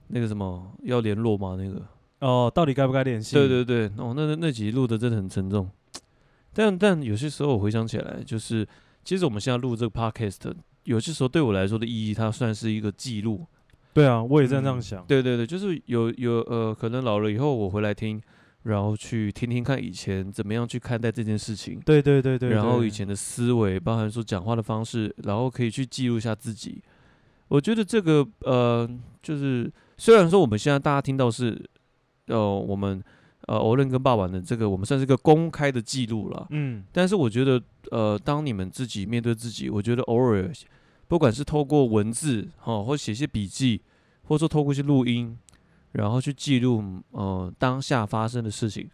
那个什么要联络吗？那个哦、到底该不该联系？对对对，哦，那那那集录的真的很沉重，但但有些时候我回想起来，就是其实我们现在录这个 podcast，有些时候对我来说的意义，它算是一个记录。对啊，我也在这嗯样想，对对对，就是有有呃，可能老了以后我回来听，然后去听听看以前怎么样去看待这件事情，对对对对然后对以前的思维，包含说讲话的方式，然后可以去记录一下自己。我觉得这个呃，就是虽然说我们现在大家听到是呃，我们呃欧任跟爸爸的这个，我们算是个公开的记录了。嗯但是我觉得呃，当你们自己面对自己，我觉得偶尔不管是透过文字哈、哦，或写一些笔记，或者说透过一些录音，然后去记录呃当下发生的事情。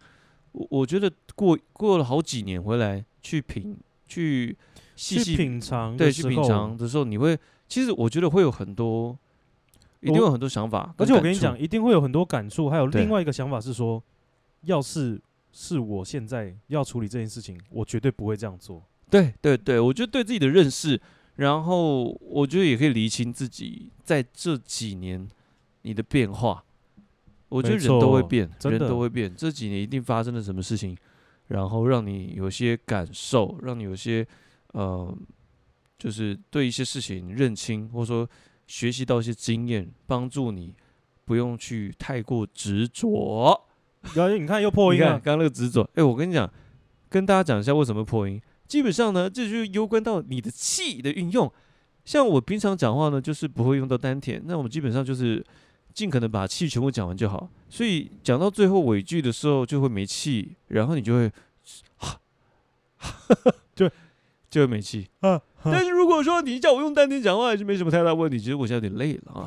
我我觉得过过了好几年回来去品去细去细品尝的对去时品候尝的时候，你会其实我觉得会有很多，一定我会有很多想法。而且我跟你感触讲，，一定会有很多感触。还有对另外一个想法是说，要是是我现在要处理这件事情，我绝对不会这样做。对对对，我觉得对自己的认识，然后我觉得也可以厘清自己在这几年你的变化。我觉得没人都会错变，真人的都会变，这几年一定发生了什么事情，然后让你有些感受，让你有些呃，就是对一些事情认清，或者说学习到一些经验，帮助你不用去太过执着。然后你看又破你音啊看了刚，刚那个执着，哎、我跟你讲，跟大家讲一下为什么破音。基本上呢，这就是攸关到你的气的运用。像我平常讲话呢，就是不会用到丹田，那我们基本上就是尽可能把气全部讲完就好。所以讲到最后尾句的时候，就会没气，然后你就会 就就会没气。啊 但是如果说你叫我用丹田讲话，还是没什么太大问题。其实我现在有点累了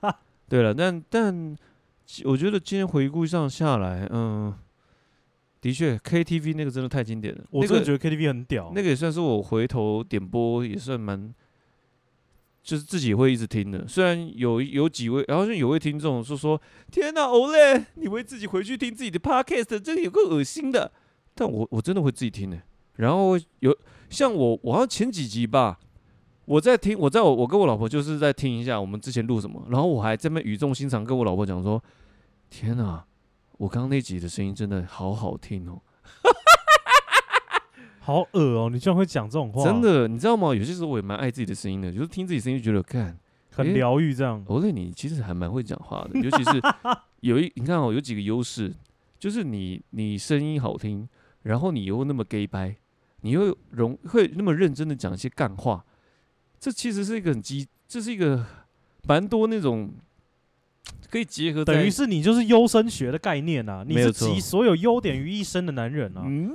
啊。 对了，但但其我觉得今天回顾上下来，嗯，的确 KTV 那个真的太经典了。我真的那个觉得 KTV 很屌。那个也算是我回头点播，也算蛮，就是自己会一直听的。虽然有有几位，然后就有位听众说说：“天哪、o l e 你会自己回去听自己的 podcast，这个有够恶心的。”但我我真的会自己听的、然后有像我，我好像前几集吧，我在听，我在我我跟我老婆就是在听一下我们之前录什么，然后我还在那边语重心长跟我老婆讲说：“天哪、我刚刚那集的声音真的好好听哦。”好恶哦，你居然会讲这种话，真的，你知道吗？有些时候我也蛮爱自己的声音的，就是听自己声音就觉得，看，很诶疗愈这样。欧雷你其实还蛮会讲话 的，尤其是有一，你看哦，有几个优势，就是你你声音好听，然后你又那么 gay 掰，你会容会那么认真的讲一些干话，这其实是一个很激，这是一个蛮多那种可以结合在等于是你就是优生学的概念啊，你没有是错集所有优点于一身的男人啊，嗯，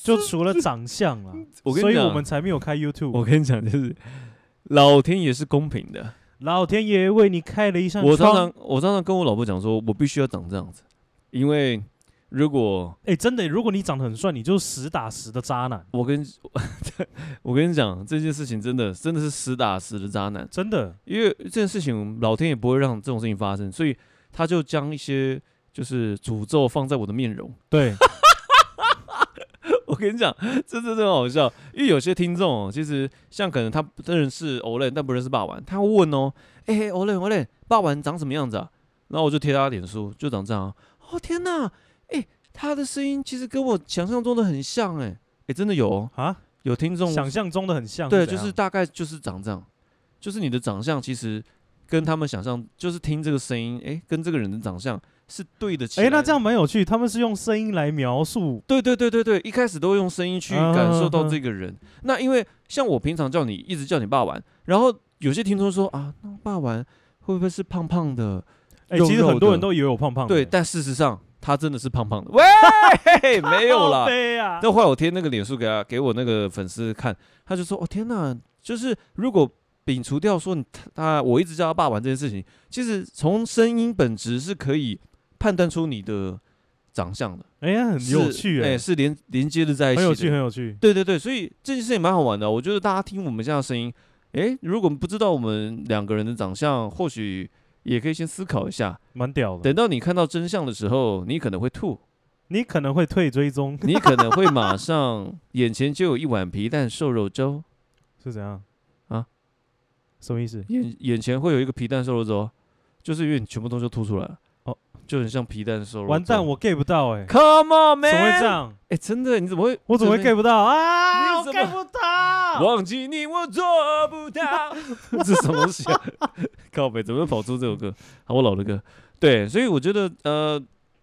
就除了长相啊， 我跟所你以讲，我们才没有开 YouTube。我跟你讲，就是老天也是公平的。老天爷为你开了一扇我常窗常，我常常跟我老婆讲说，我必须要长这样子，因为如果哎，真的，如果你长得很帅，你就是实打实的渣男，我跟 我跟你讲这件事情，真的真的是实打实的渣男，真的。因为这件事情老天也不会让这种事情发生，所以他就将一些就是诅咒放在我的面容。对， 我跟你讲，这真的很好笑，因为有些听众哦，其实像可能他不认识 Olen，但不认识霸王，他会问哦，哎、欸、，Olen Olen，霸王长什么样子啊？然后我就贴他脸书，就长这样、啊。哦天哪，哎、他的声音其实跟我想象中的很像、哎，哎，真的有、哦、 啊，有听众想象中的很像。对，怎就样是大概就是长这样，就是你的长相其实跟他们想象，就是听这个声音，哎、跟这个人的长相是对得起哎、来的。那这样蛮有趣，他们是用声音来描述，对对对对对，一开始都用声音去啊感受啊到啊这个人。那因为像我平常叫你，一直叫你爸玩，然后有些听众说啊，那爸玩会不会是胖胖的？哎、肉其实肉很多人的都以为我胖胖的、对，但事实上他真的是 胖胖的。喂，没有 啦。对啊，那后来我贴那个脸书给他，给我那个粉丝看，他就说：“哦天哪，就是如果摒除掉说你他他我一直叫他爸玩这件事情，其实从声音本质是可以判断出你的长相的，哎呀、很有是趣、哎、哎、是连连接的在一起很的，有趣，很有趣。对对对，所以这件事情蛮好玩的。我觉得大家听我们现在的声音，诶，如果不知道我们两个人的长相，或许也可以先思考一下。蛮屌的，等到你看到真相的时候，你可能会吐，你可能会退追踪 你可能会马上眼前就有一碗皮蛋瘦肉粥，是怎样啊？什么意思？眼眼前会有一个皮蛋瘦肉粥，就是因为你全部东西都吐出来了，哦哦，就很像皮蛋瘦肉粥。完蛋，我 get 不到哎、 Come on 怎么会 man！这样？哎，真的，你怎么会？我怎么会 get 不到啊？你我怎 get 么不到。 忘记你我做不到， 这是什么 东西啊？靠北，怎么会跑出这首歌？好，我老的歌。对，所以我觉得呃，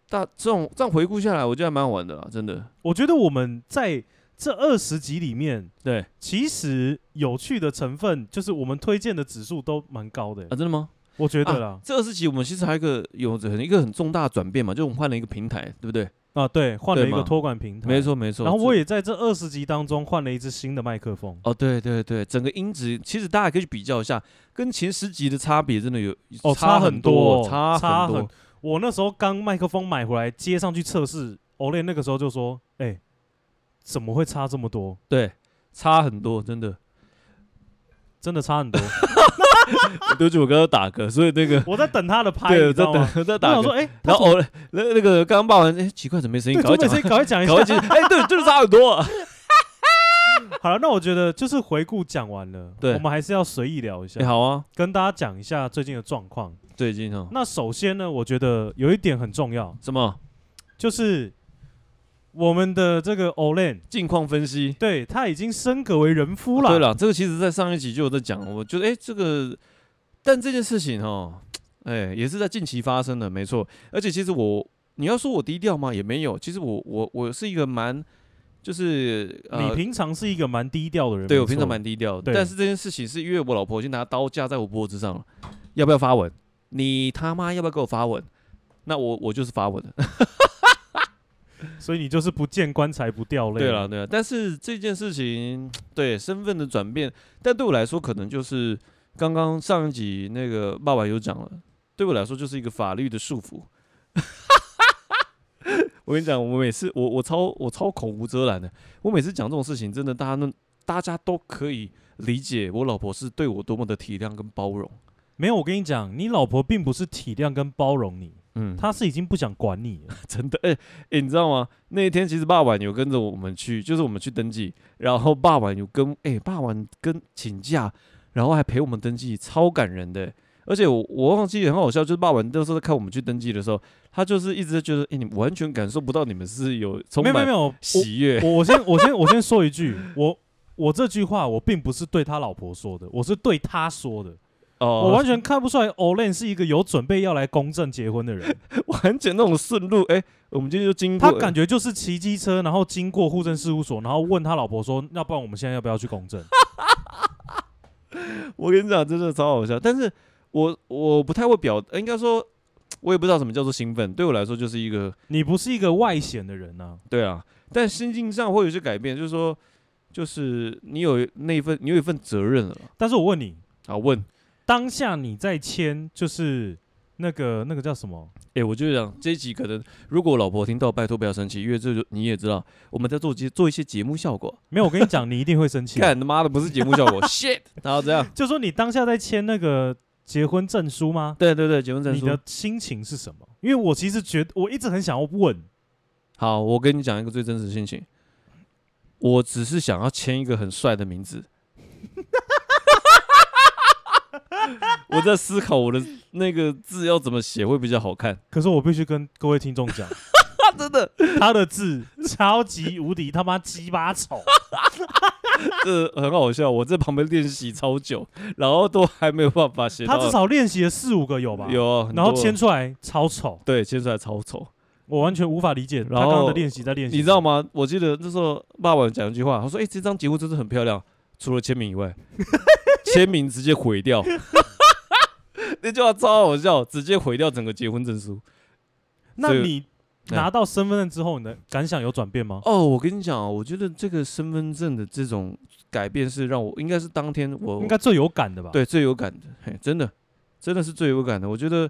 大这种这样回顾下来，我觉得还蛮好玩的啦，真的。我觉得我们在这二十集里面，对啊，其实有趣的成分，就是我们推荐的指数都蛮高的、真的吗？我觉得呃啊啦。这二十集我们其实还有一个有着很一个很重大的转变嘛，就我们换了一个平台，对不对？啊对，换了对一个嘛托管平台，没。错，没错。然后我这也在这二十集当中换了一支新的麦克风，哦，对对对，整个音质其实大家可以去比较一下，跟前十集的差别真的有哦，差很多，哦差差很多。。我那时候刚麦克风买回来接上去测试，Olay 那个时候就说：“哎，怎么会差这么多？对，差很多，真的。真的差很多。 对不起，我刚刚打嗝，所以那个”我在等他的拍，对，你我知在道等吗？我在我打想嗝说，，哎，哦然后偶然那那个刚刚报完，哎，奇怪，怎么没声音？对，赶快钟美，声赶快讲讲一赶快下。讲， 哎，对，就是差很多。好了，那我觉得就是回顾讲完了，对我们还是要随意聊一下 哎，，好啊，跟大家讲一下最近的状况。最近哦，那首先呢，我觉得有一点很重要，什么就是我们的这个 Olay，近况分析？啊对他已经升格为人夫了。对了，这个其实在上一集就有在讲，我觉得哎，这个，但这件事情哦，哎，也是在近期发生的，没错。而且其实我，你要说我低调吗？也没有。其实我我我是一个蛮，就是你呃。平常是一个蛮低调的人，对，没我平常错蛮低调的，对但是这件事情是因为我老婆已经拿刀架在我脖子上了，要不要发文？你他妈要不要给我发文？那我我就是发文的。所以你就是不见棺材不掉泪。对了，，对了，啊但是这件事情，对身份的转变，但对我来说，可能就是刚刚上一集那个爸爸有讲了，对我来说就是一个法律的束缚。 我跟你讲，我每次我我超我超口无遮拦的，我每次讲这种事情，真的大家都大家都可以理解我老婆是对我多么的体谅跟包容。没有，我跟你讲，你老婆并不是体谅跟包容你，嗯，她是已经不想管你 了。真的，哎、欸你知道吗？那一天其实爸爸有跟着我们去，就是我们去登记，然后爸爸有跟哎、爸爸跟请假，然后还陪我们登记，超感人的欸、而且我我忘记很好笑，就是爸爸那时候在看我们去登记的时候，他就是一直觉得，哎、你完全感受不到你们是有充没有没有没满有，我喜悦， 我我先我先我先说一句，我我这句话我并不是对他老婆说的，我是对他说的。哦，我完全看不出来 Olen 是一个有准备要来公证结婚的 人，完全那种顺路，哎、我们今天就经过，他感觉就是骑机车，然后经过户政事务所，然后问他老婆说：“要不然我们现在要不要去公证 我跟你讲，真的超好笑。但是我我不太会表，呃应该说，我也不知道什么叫做兴奋。对我来说，就是一个？”你不是一个外显的人呐、对啊，但心境上会有一些改变，就是说，就是你有那一份，你有一份责任了。但是我问你，啊，问，当下你在签就是那个那个叫什么？哎、我就想这一集可能，如果我老婆听到，拜托不要生气，因为这就你也知道，我们在做节做一些节目效果。没有，我跟你讲，你一定会 生气。看他妈的不是节目 效果，shit，然后这样，就说你当下在签那个结婚证书吗？ 对对对，节目证你书。的心情是什么？因为我其实觉得，我一直很想要问，好，我跟你讲一个最真实的心情，我只是想要签一个很帅的名字。 我在思考我的那个字要怎么写会比较好看。可是我必须跟各位听众讲，啊， 真的，他的字超级无敌他妈鸡巴 丑，这很好笑。我在旁边练习超久，然后都还没有办法写到。他至少练习了四五个有吧？。有，啊很然后多签出来超丑，对签出来超丑，我完全无法理解他然后刚刚的练习在练习。你知道？吗？我记得那时候爸爸讲一句话，他说：“哎、这张节目真的很漂亮，除了签名以外， 签名直接毁掉。” 那句话超好笑，直接毁掉整个结婚证书。那这个你拿到身份证之后，你的感想有转变吗？哦，我跟你讲啊，我觉得这个身份证的这种改变是让我应该是当天我应该最有感的吧？，对最有感的，嘿，真的真的是最有感的。我觉得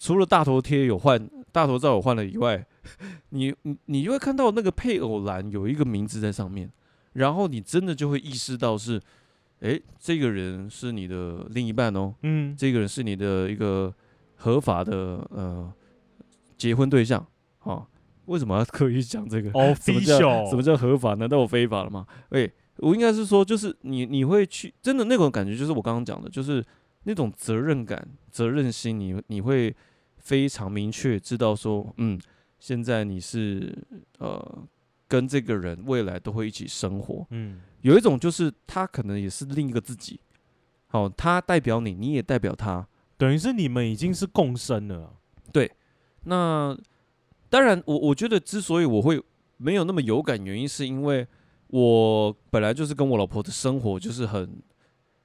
除了大头贴有换，大头照有换了以外，你你你就会看到那个配偶栏有一个名字在上面，然后你真的就会意识到是，诶，这个人是你的另一半哦，嗯，这个人是你的一个合法的呃结婚对象啊。为什么要刻意讲这个？哦 什么叫 official 什么叫合法？难道我非法了吗？哎、我应该是说，就是你你会去真的那种感觉，就是我刚刚讲的，就是那种责任感、责任心你，你会非常明确知道说，嗯，现在你是呃跟这个人未来都会一起生活。嗯，有一种就是他可能也是另一个自己，好、他代表你，你也代表他，等于是你们已经是共生了啊。那当然我，我觉得之所以我会没有那么有感，原因是因为我本来就是跟我老婆的生活就是很、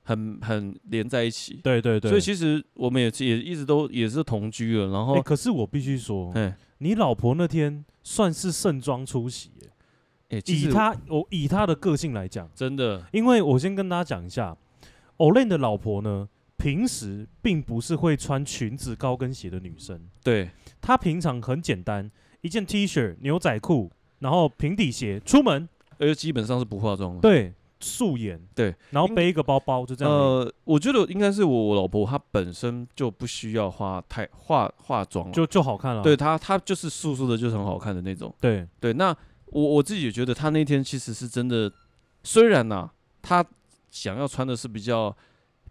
很、很连在一起，对对对，所以其实我们也是也一直都也是同居了。然后欸，可是我必须说，哎哎、你老婆那天算是盛装出席耶、其以实她我以她的个性来讲，真的因为我先跟大家讲一下，Olen 的老婆呢，平时并不是会穿裙子、高跟鞋的女生，对她平常很简单，一件 T 恤、牛仔裤，然后平底鞋出门，而且基本上是不化妆的。对，素颜，对，然后应背一个包包，就这样而已。呃，我觉得应该是我我老婆她本身就不需要化太化化妆了，就就好看了，对她她就是素素的，就是很好看的那种。对，对，那我我自己也觉得他那天其实是真的，虽然呐、他想要穿的是比较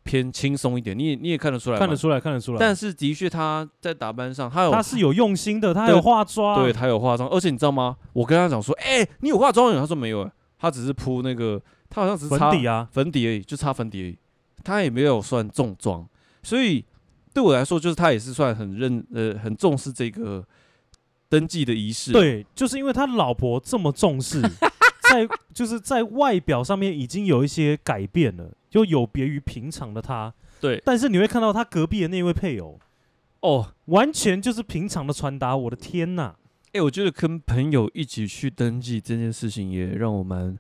偏轻松一点，你也你也看得出来嘛，看得出来，看得出来。但是的确他在打扮上，他有她是有用心的，她有化妆，对他有化妆，而且你知道吗？我跟他讲说，哎、你有化妆有？他说没有、欸，他只是铺那个，他好像只是粉擦底啊，粉底而已，就擦粉底而已，他也没有算重妆，所以对我来说，就是他也是算很认呃很重视这个登记的仪式，对，就是因为他老婆这么重 视，在就是在外表上面已经有一些改变了，就有别于平常的他。对但是你会看到他隔壁的那位配偶，哦，完全就是平常的穿搭。我的天呐！哎、我觉得跟朋友一起去登记这件事情也让我蛮，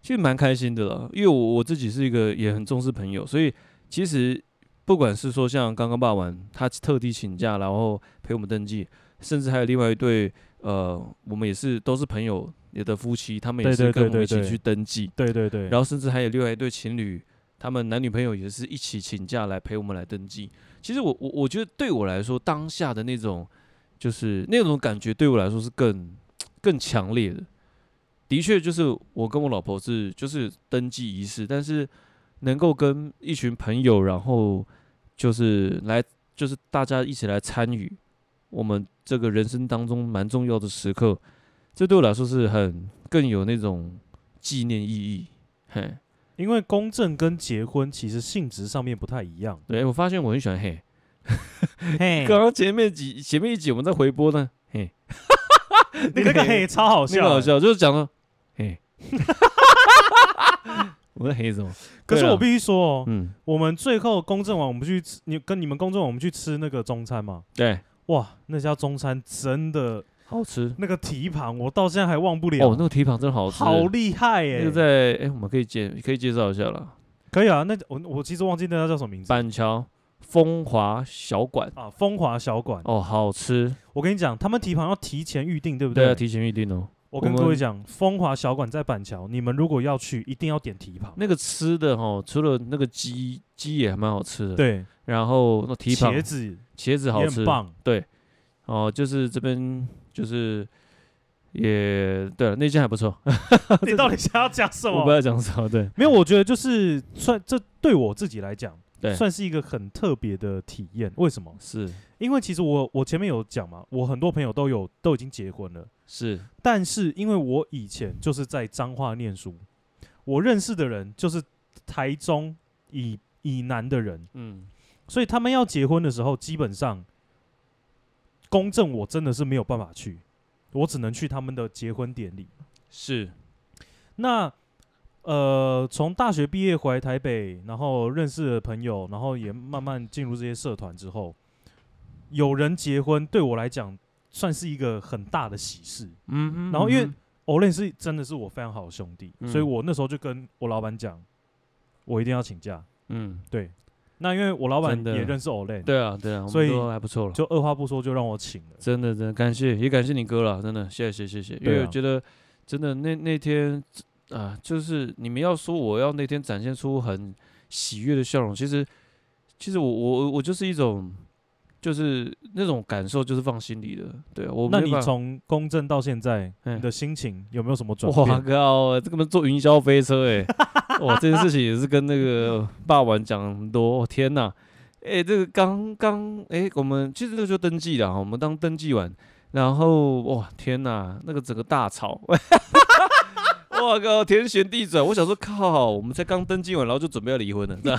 其实蛮开心的了。因为我我自己是一个也很重视朋友，所以其实不管是说像刚刚爸玩他特地请假，然后陪我们登记，甚至还有另外一对呃，我们也是都是朋友也的夫妻，他们也对是对跟对我们一对起对去登记，对对对，然后甚至还有另外一对情侣，他们男女朋友也是一起请假来陪我们来登记。其实我我我觉得对我来说，当下的那种就是那种感觉，对我来说是更更强烈的。的确，就是我跟我老婆是就是登记仪式，但是能够跟一群朋友，然后就是来就是大家一起来参与我们这个人生当中蛮重要的时刻，这对我来说是很更有那种纪念意义。嘿，。因为公证跟结婚其实性质上面不太一样 对，我发现我很喜欢嘿。嘿刚刚前面几前面一集我们在回播呢，嘿，你 那个嘿超好那个笑好欸，笑，就是讲到嘿， 我在嘿什么？可是对啊我必须说哦，嗯，我们最后公证完，我们去吃，你跟你们公证完，我们去吃那个中餐嘛。对，哇，那家中餐真的好吃那个蹄膀，我到现在还忘不了。哦，那个蹄膀真的好吃，好厉害耶、那个在哎，我们可以介可以介绍一下啦。可以啊，那我我其实忘记那家叫什么名字板桥风华小馆啊，风华小馆。哦，好吃，我跟你讲，他们蹄膀要提前预定，对不对啊，对？提前预定哦。我跟我各位们讲，风华小馆在板桥，你们如果要去，一定要点蹄膀。那个吃的哈，除了那个鸡鸡也还蛮好吃的，，对，然后那蹄膀茄子茄子好也吃很， 棒。对，哦，就是这边就是也对了，那间还不错，你到底想要讲什我不知么？道讲什么， 对没有，我觉得就是算这对我自己来讲，对算是一个很特别的体验。为什么？是因为其实我我前面有讲嘛，我很多朋友都有都已经结婚了，是但是因为我以前就是在彰化念书，我认识的人就是台中以以南的人，嗯所以他们要结婚的时候，基本上公证我真的是没有办法去，我只能去他们的结婚典礼。是那呃，从大学毕业回来台北，然后认识了朋友，然后也慢慢进入这些社团之后，有人结婚对我来讲算是一个很大的喜事。嗯然后因为嗯 Olen 是真的是我非常好的兄弟，嗯所以我那时候就跟我老板讲，我一定要请假。嗯对，那因为我老板真的也认识 Olen，对啊对啊，我所们以都还不错了。就二话不说就让我请了。真的，真的感谢，也感谢你哥了，真的，谢谢，谢谢，因对为啊我觉得真的那那天啊、就是你们要说我要那天展现出很喜悦的笑容，其实其实我我我就是一种就是那种感受，就是放心里的，对啊我那没你办法从公证到现在，嗯你的心情有没有什么转哇变？靠，这个坐云霄飞车哎、哇，这件事情也是跟那个霸王讲很多，哦、天呐，哎、这个刚刚哎，我们其实这个就登记了啊，我们当登记完，然后哇天呐，那个整个大吵， 我靠，天旋地转，我想说靠，我们才刚登记完，然后就准备要离 婚了，那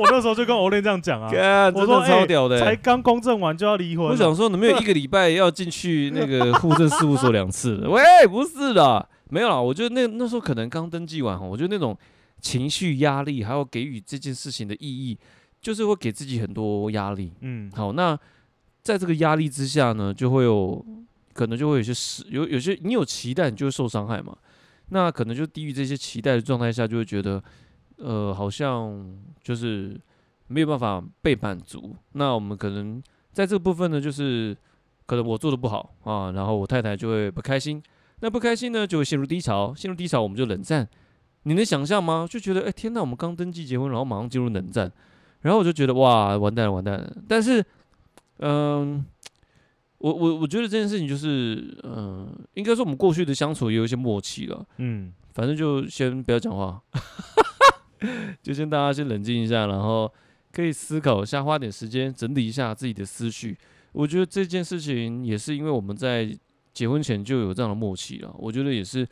我那时候就跟 Olen 这样讲啊，干我真说的超哎屌的、欸才刚公证完就要离婚了，我想说，你 们有一个礼拜要进去那 个户政事务所两次了？喂，不是的，没有啦。我觉得那那时候可能刚登记完哦，我觉得那种情绪压力，还有给予这件事情的意义，就是会给自己很多压力。嗯，好，那在这个压力之下呢，就会有可能就会有些失有有些你有期待，你就会受伤害嘛。那可能就低于这些期待的状态下，就会觉得呃，好像就是没有办法被满足。那我们可能在这个部分呢，就是可能我做的不好啊，然后我太太就会不开心。那不开心呢，就会陷入低潮，陷入低潮我们就冷战。你能想象吗？就觉得哎、天哪，我们刚登记结婚，然后马上进入冷战，然后我就觉得哇，完蛋了，完蛋了。但是，嗯、我我我觉得这件事情就是，嗯、应该说我们过去的相处也有一些默契了。嗯，反正就先不要讲话， 就先大家先冷静一下，然后可以思考一下，花点时间整理一下自己的思绪。我觉得这件事情也是因为我们在结婚前就有这样的默契了，我觉得也是，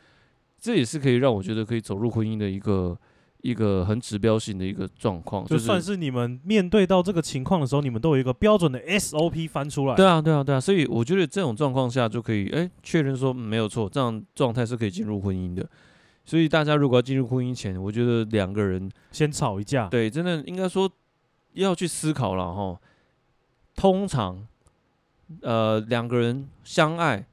这也是可以让我觉得可以走入婚姻的一个一个很指标性的一个状况，就是算是你们面对到这个情况的时候，你们都有一个标准的 SOP 翻出来。对啊，对啊，对啊，所以我觉得这种状况下就可以，哎，确认说、嗯没有错，这样状态是可以进入婚姻的。所以大家如果要进入婚姻前，我觉得两个人先吵一架，对，真的应该说要去思考了哈。通常，呃，两个人相爱，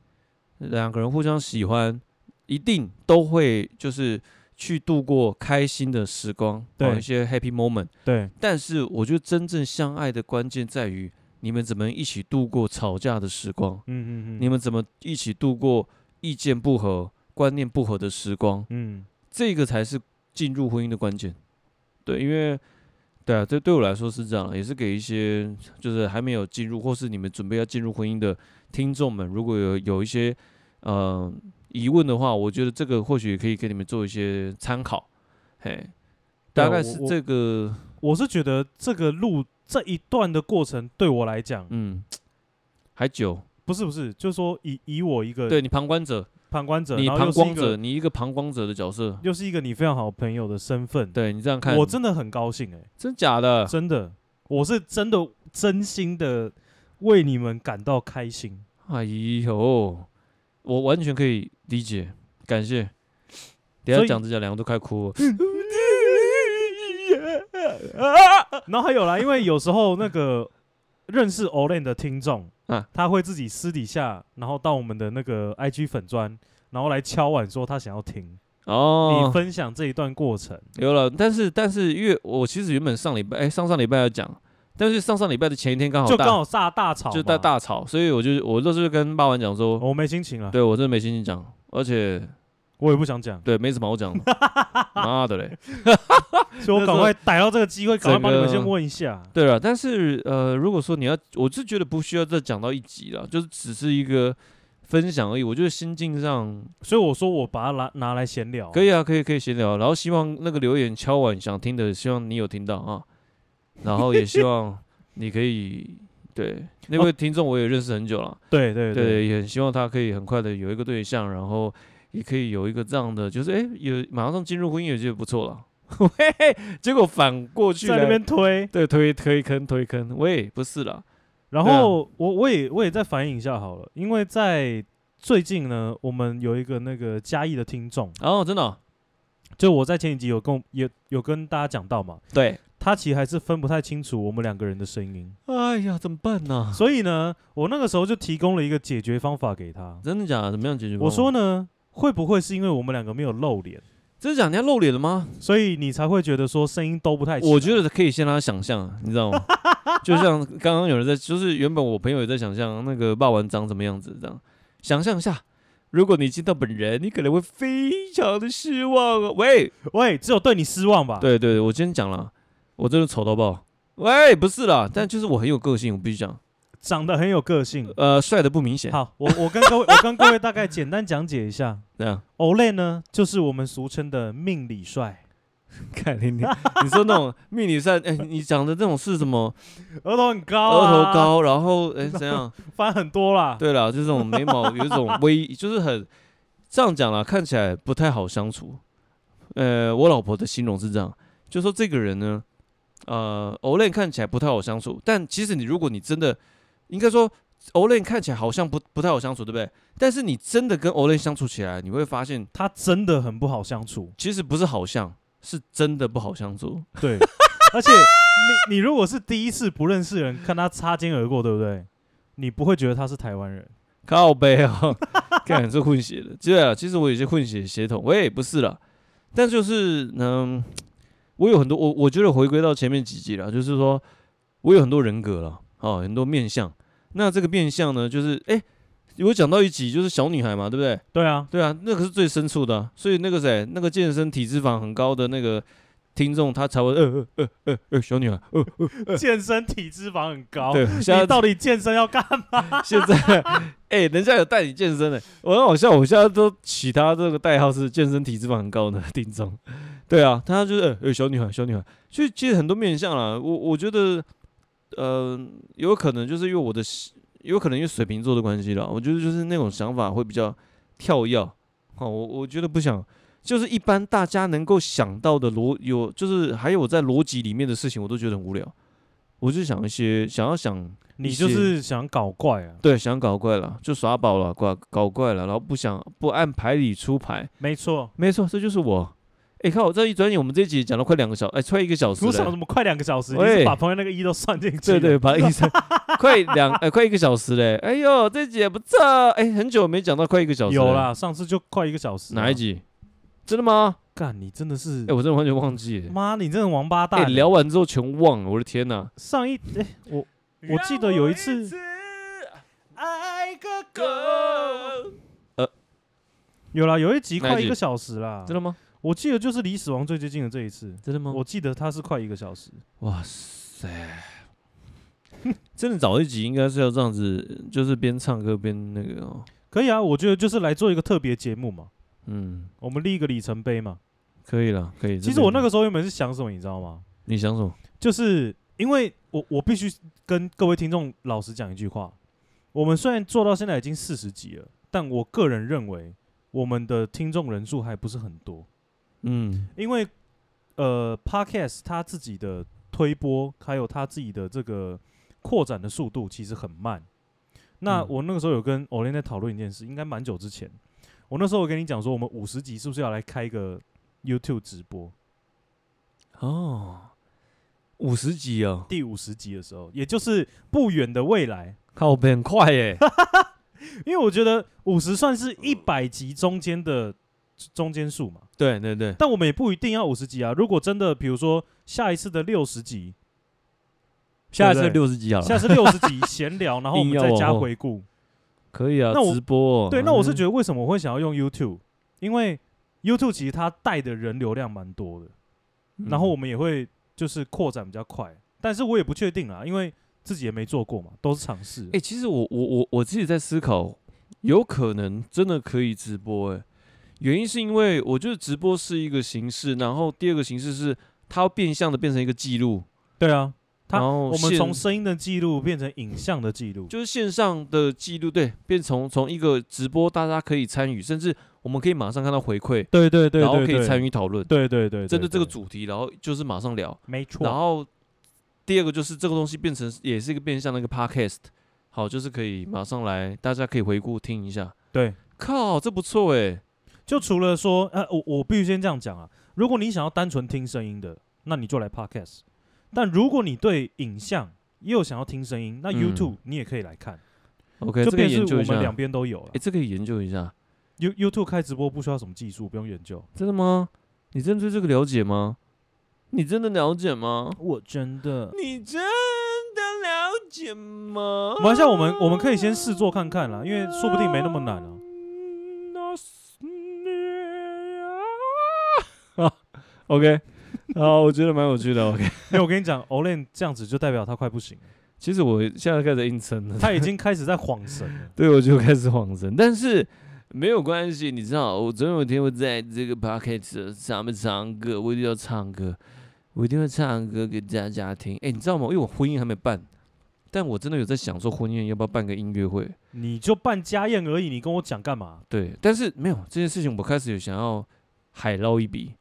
两个人互相喜欢，一定都会就是去度过开心的时光，对哦一些 happy moment。对嗯但是，我觉得真正相爱的关键在于你们怎么一起度过吵架的时光，嗯嗯嗯，你们怎么一起度过意见不合、观念不合的时光。嗯，这个才是进入婚姻的关键。对，因为对啊，这对我来说是这样，也是给一些就是还没有进入，或是你们准备要进入婚姻的听众们，如果有有一些呃疑问的话，我觉得这个或许也可以给你们做一些参考。嘿，对啊大概是我我这个，我是觉得这个路这一段的过程对我来讲，嗯，还久，不是不是，就是说以以我一个对你旁观者，旁观者，你然后旁又是一观个者，你一个旁观者的角色，又是一个你非常好的朋友的身份，对你这样看，啊我真的很高兴哎、真假的，真的，我是真的真心的为你们感到开 心。哎呦，我完全可以理解，感谢。等所一下以嗯讲指甲，两个都快哭了。然后还有啦，因为有时候那个认识 Olen 的听众，啊他会自己私底下，然后到我们的那个 IG 粉砖，然后来敲碗说他想要听、哦你，分享这一段过程。有了，但是但是，因为我其实原本上礼拜，哎、上上礼拜要讲，但是上上礼拜的前一天刚好就大刚好煞大吵嘛，哦就大大吵，所以我就我就是跟八完讲说，我没心情了，对我真的没心情讲，而且我也不想讲，对没什么好讲 的，妈的嘞。所以我赶快逮到这个机会，赶快帮你们整个先问一下。对了，但是呃，如果说你要，我是觉得不需要再讲到一集了，就是只是一个分享而已。我觉得心境上所以我说我把它拿拿来闲聊，可以啊，可以可以闲聊，然后希望那个留言敲碗想听的，希望你有听到啊，然后也希望你可以对那位听众我也认识很久了，对哦对对，对，也很希望他可以很快的有一个对象，然后也可以有一个这样的，就是哎，有马上进入婚姻也就不错了。 喂，结果反过去在那来边推。对推推坑推坑，喂，不是啦，然对啊后我我也我也再反映一下好了，因为在最近呢，我们有一个那个嘉义的听众，哦，真的哦、就我在前几集有跟也有跟大家讲到嘛，对，他其实还是分不太清楚我们两个人的声音，哎呀，怎么办呢、所以呢，我那个时候就提供了一个解决方法给他，真的假的？怎么样解决方我法？说呢，会不会是因为我们两个没有露脸，真的假的？你要露脸了吗？所以你才会觉得说声音都不太起来？我觉得可以先让他想象，你知道 吗？就像刚刚有人在，就是原本我朋友也在想象那个霸王长怎么样子，这样想象一下。如果你见到本人，你可能会非常的失望哦。喂，喂，只有对你失望吧？，对对，我今天讲了，我真的丑到爆。喂，不是啦，但就是我很有个性，我必须讲。长得很有个性。呃，帅的不明显，好，我我跟各位我 跟各位大概简单讲解一下。这样。 Olay 呢，就是我们俗称的命理帅。看你你你说那种命理善，哎、你讲的这种是什么？ 额头很高、啊额头，高，然后哎、怎样？翻很多啦。对了，就这种眉毛有一种微， 就是很这样讲啦，看起来不太好相处。呃，我老婆的形容是这样，就说这个人呢，呃，Olen 看起来不太好相处，但其实你如果你真的，应该说 Olen 看起来好像不不太好相处，对不对？但是你真的跟 Olen 相处起来，你会发现他真的很不好相处。其实不是好像，是真的不好相处。对， 而且你你如果是第一次不认识人，看他擦肩而过，对不对？你不会觉得他是台湾人。靠背哦， 看这混血的。对啊，其实我有些混血血统，我也不是啦。但就是嗯，我有很多，我我觉得回归到前面几集了，就是说我有很多人格了，哦，很多面相。那这个面相呢，就是哎、我讲到一集就是小女孩嘛，对不对？对啊，对啊，那个是最深处的啊、所以那个谁，那个健身体脂肪很高的那个听众，他才会呃呃呃呃呃小女孩，呃健身体脂肪很高。对， 现在你到底健身要干嘛？现在，哎、人家有带你健身的、我很好笑，我现在都起他这个代号是健身体脂肪很高的丁总。对啊，他就是呃、欸小女孩，小女孩，就其实很多面相啦。我我觉得，呃，有可能就是因为我的，有可能因为水瓶座的关系啦，我觉得就是那种想法会比较跳跃。哦，我我觉得不想，就是一般大家能够想到的逻有，就是还有我在逻辑里面的事情，我都觉得很无聊。我就想一些想要想你就是想搞怪啊？对，想搞怪了，就耍宝了，搞搞怪了，然后不想不按牌理出牌，没错。没错，这就是我。哎，看我这一转眼，我们这一集讲了快两个小哎，快一个小时我想了。怎么快两个小时？你喂是把旁边那个一都算进去对了？对，把一 生快两哎，快一个小时嘞！哎呦，这集也不错，哎，很久没讲到快一个小时。有，啦，上次就快一个小时。啊哪一？集？真的吗？干，你真的是哎，，我真的完全忘记了。妈，你真的王八哎，蛋！聊完之后全忘了，我的天哪！上一哎、我我记得有一次，爱个狗有啦，有一集哪快一集嗯一个小时啦真。的吗？我记得就是离死亡最接近的这一次，真的吗？我记得它是快一个小时。哇塞！ 真的早一集应该是要这样子，就是边唱歌边那个、哦，可以啊，我觉得就是来做一个特别节目嘛，嗯，我们立一个里程碑嘛。可以了，可以。其这实边我那个时候原本是想什么，你知道吗？你想什么？就是因为我我必须跟各位听众老实讲一句话，我们虽然做到现在已经四十集了，但我个人认为我们的听众人数还不是很多，嗯，因为呃，Podcast 它自己的推播还有它自己的这个扩展的速度其实很慢。那嗯我那个时候有跟 o l n 在讨论一件事，应该蛮久之前。我那时候我跟你讲说，我们五十集是不是要来开一个 YouTube 直播？哦，五十集哦，第五十集的时候，也就是不远的未来，靠背很快耶，因为我觉得五十算是一百集中间的中间数嘛。 对对对，但我们也不一定要五十集啊。如果真的，比如说下一次的六十集，下一次对不对六十集好下了，次六十集闲 聊，然后我们硬要再加往后回顾。可以啊那，我直播哦，对，那我是觉得得，为什么我会想要用 YouTube，因为 YouTube 其实它带的人流量蛮多的，嗯然后我们也会就是扩展比较快。但是我也不确定啊，因为自己也没做过嘛，都是尝试哎、。其实我我我我自己在思考，有可能真的可以直播哎、原因是因为我觉得直播是一个形式，然后第二个形式是它变相的变成一个记录，对啊，它然后我们线从声音的记录变成影像的记录，就是线上的记录，对，变从从一个直播大家可以参与，甚至我们可以马上看到回馈，对对对然后可以参与，与讨论，对对对，针对这个主题，然后就是马上聊，没错，然后第二个就是这个东西变成也是一个变相的一个 podcast，好，就是可以马上来，大家可以回顾听一下。对。靠，这不错哎，就除了说，呃，我我必须先这样讲啊，如果你想要单纯听声音的，那你就来 Podcast；但如果你对影像又想要听声音，那嗯 YouTube 你也可以来看， OK，就这个变研是究我一下们。两边都有了哎、。这个研究一下， You YouTube 开直播不需要什么技术，不用研究。真的吗？你真的对这个了解吗？你真的了解吗？我真 的，你真的了解吗？没关系啊我们我们可以先试做看看啦因为说不定没那么难 啊啊。OK，啊，我觉得蛮有趣的。OK，因为我跟你讲 o l e n 这样子就代表他快不行了，其实我现在开始硬撑了，他已经开始在晃神 了。对我就开始晃神，但是没有关系，你知道，我总有一天会在这个 p o c k e t 上面唱歌，我一定要唱歌，我一定会唱歌给大家听。哎，你知道吗？因为我婚宴还没办，但我真的有在想说婚宴要不要办个音乐会。你就办家宴而已，你跟我讲干嘛？对，但是没有这件事情，我开始有想要海捞一笔。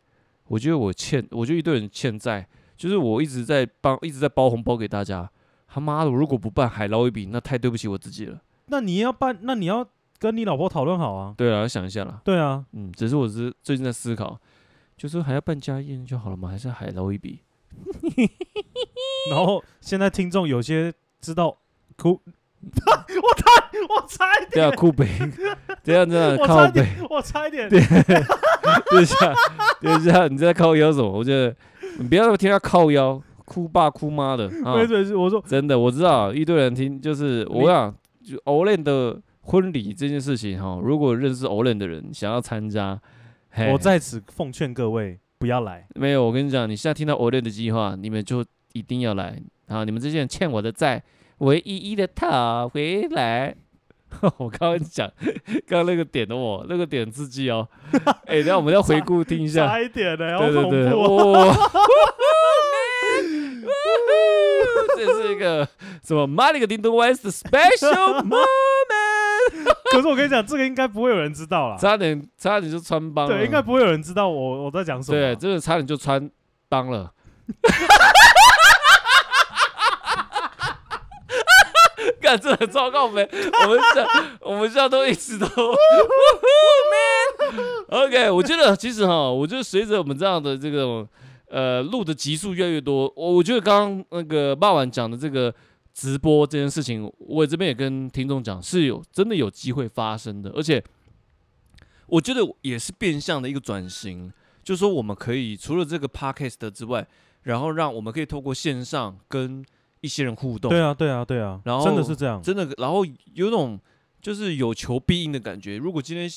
我觉得我欠，我觉得一堆人欠债，就是我一直在帮，一直在包红包给大家。他妈的，我如果不办海捞一笔，那太对不起我自己了。那你要办，那你要跟你老婆讨论好啊。对啊，要想一下啦。对啊，嗯，只是我只是最近在思考，就说还要办家宴就好了嘛，还是海捞一笔？然后现在听众有些知道哭， 我差我差一对啊，点，酷北， 这样这样我呃靠差一北，点，我差一点，等一下，等一啊下，你在靠腰什么？我觉得你不要那么听他靠腰，哭爸哭妈的啊！没准是我说真的，我知道一堆人听，就是你我想就 Olen 的婚礼这件事情哈，如果认识 Olen 的人想要参加，嘿我在此奉劝各位不要来，没有，我跟你讲，你现在听到 Olen 的计划，你们就一定要来啊！你们这些人欠我的债，我会一一的讨回来。 我刚刚讲，刚刚那个点的我，那个点刺激哦。 哎、等一下我们要回顾听 一下，差一点呢，好啊对对恐对，怖哦，哦， 这是一个什么 m a r i c Ding Dong West Special Moment， 可是我跟你讲，这个应该不会有人知道啦，差点差点就穿帮了，对，应该不会有人知道我我在讲什么对，啊，真的差点就穿帮了。 干，真的很糟糕，我们我们这我们这样都一直都 man。OK，我觉得其实哈，我觉得随着我们这样的这种呃录的集数越来越多，我我觉得刚刚那个霸晚讲的这个直播这件事情，我这边也跟听众讲是有真的有机会发生的，而且我觉得也是变相的一个转型。就说我们可以除了这个 podcast 之外，然后让我们可以透过线上跟一些人互动，对啊对啊对啊，然后真的是这样，真的，然后有种就是有求必应的感觉。如果今天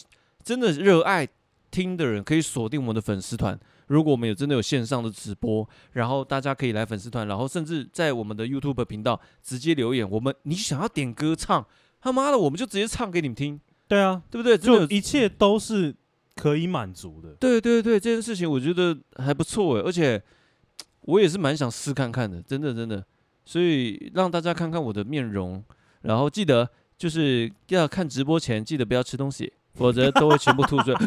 真的热爱听的人，可以锁定我们的粉丝团。如果我们有真的有线上的直播，然后大家可以来粉丝团，然后甚至在我们的 YouTube 频道直接留言，我们你想要点歌唱，他妈的我们就直接唱给你们听，对啊，对不对？真的就有一切都是可以满足的，对对对，这件事情我觉得还不错哎，而且我也是蛮想试看看的，真的真的。所以让大家看看我的面容，然后记得就是要看直播前记得不要吃东西，否则都会全部吐出 来。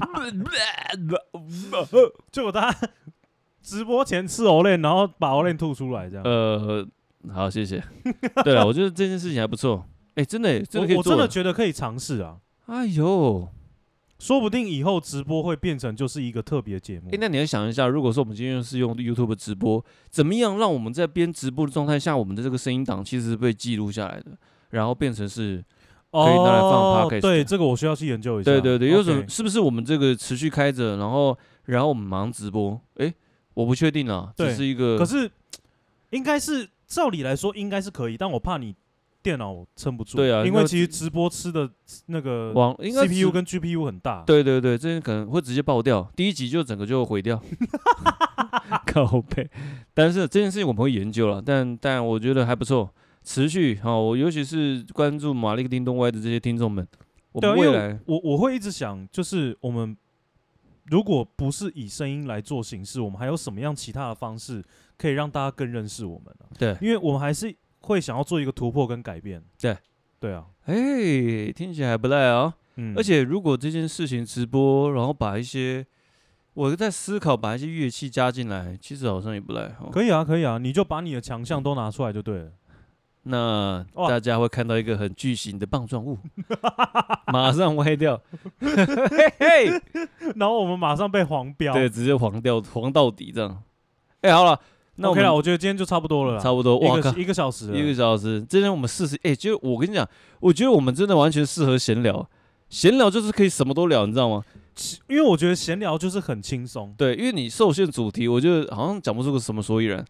结果他直播前吃欧链，然后把欧链吐出来，这样。呃，好，谢谢。对了，我觉得这件事情还不错。哎、真的耶，真的可我以我真做的了。觉得可以尝试啊，哎呦，说不定以后直播会变成就是一个特别节目哎、。那你要想一下，如果说我们今天是用 YouTube 直播，怎么样让我们在边直播的状态下，我们的这个声音档其实是被记录下来的，然后变成是，可以拿来放 podcast 哦对，这个我需要去研究一下。对对对，有种 OK 是不是我们这个持续开着，然后然后我们忙直播？哎、我不确定啊，对这是一个，可是应该是照理来说应该是可以，但我怕你电脑撑不住。对啊因为那其实直播吃的那个网应该 CPU 直跟 GPU 很大。对对对，这可能会直接爆掉，第一集就整个就 毁掉，靠背。但是这件事情我们会研究了，但但我觉得还不错，持续好、我尤其是关注马力叮咚歪的这些听众们，我对啊，们因为未来我我会一直想，就是我们如果不是以声音来做形式，我们还有什么样其他的方式可以让大家更认识我们呢、对，因为我们还是会想要做一个突破跟改变。对，对啊，哎，听起来还不赖哦。嗯，而且如果这件事情直播，然后把一些我在思考把一些乐器加进来，其实好像也不赖哦。可以啊，可以啊，你就把你的强项都拿出来就 对了。那哇大家会看到一个很巨型的棒状 物，马上歪掉，嘿嘿，然后我们马上被黄标。对，直接黄掉，黄到底这样。哎、好了，那我 OK 们了，我觉得今天就差不多了啦，差不多，哇一靠个，一个小时了一个小时，今天我们四十，哎，就我跟你讲，我觉得我们真的完全适合闲聊，闲聊就是可以什么都聊，你知道吗？其因为我觉得闲聊就是很轻松，对，因为你受限主题，我就好像讲不出个什么所以然。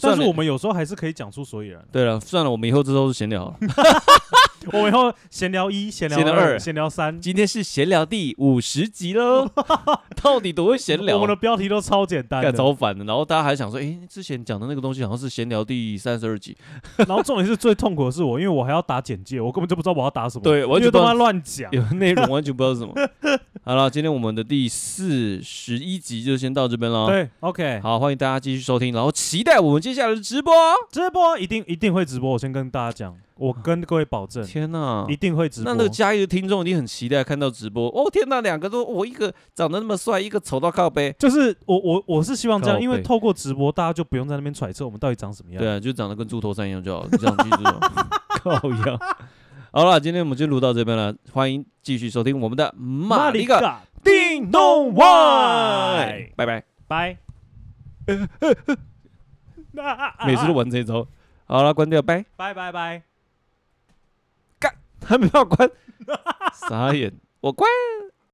但算是了我们有时候还是可以讲出所以然。对了，算了，我们以后这都是闲 聊了。我们以后闲聊一、闲聊闲聊二、二闲聊三，今天是闲聊第五十集 喽，到底多会闲聊我？们的标题都超简单的干，超烦的，然后大家还想说，哎，之前讲的那个东西好像是闲聊第三十 二集， 然后重点是最痛苦的是我，因为我还要打简介，我根本就不知道我要打什么，对完全因为都不知道他妈乱讲。有内容完全不知道是什么。 好了，今天我们的第四十一集就先到这边了。，对，OK，好，欢迎大家继续收听，然后期待我们接下来的直播哦。直播一定一定会直播，我先跟大家讲，我跟各位保证，天哪一！定会直播那那。个嘉义的听众一定很期待看到直播哦！天哪，两个都我一个长得那么帅，一个丑到靠背。就是我我我是希望这样，靠因为背透过直播，大家就不用在那边揣测我们到底长什么样。对啊，就长得跟猪头山一样就好了，你这 样记住了，靠样。 好了，今天我们就录到这边了，欢迎继续收听我们的马里个嘎叮咚外，拜拜。拜。 每次都玩这一招。好了，关掉，拜。 拜拜拜。 还没有关，傻眼，我关。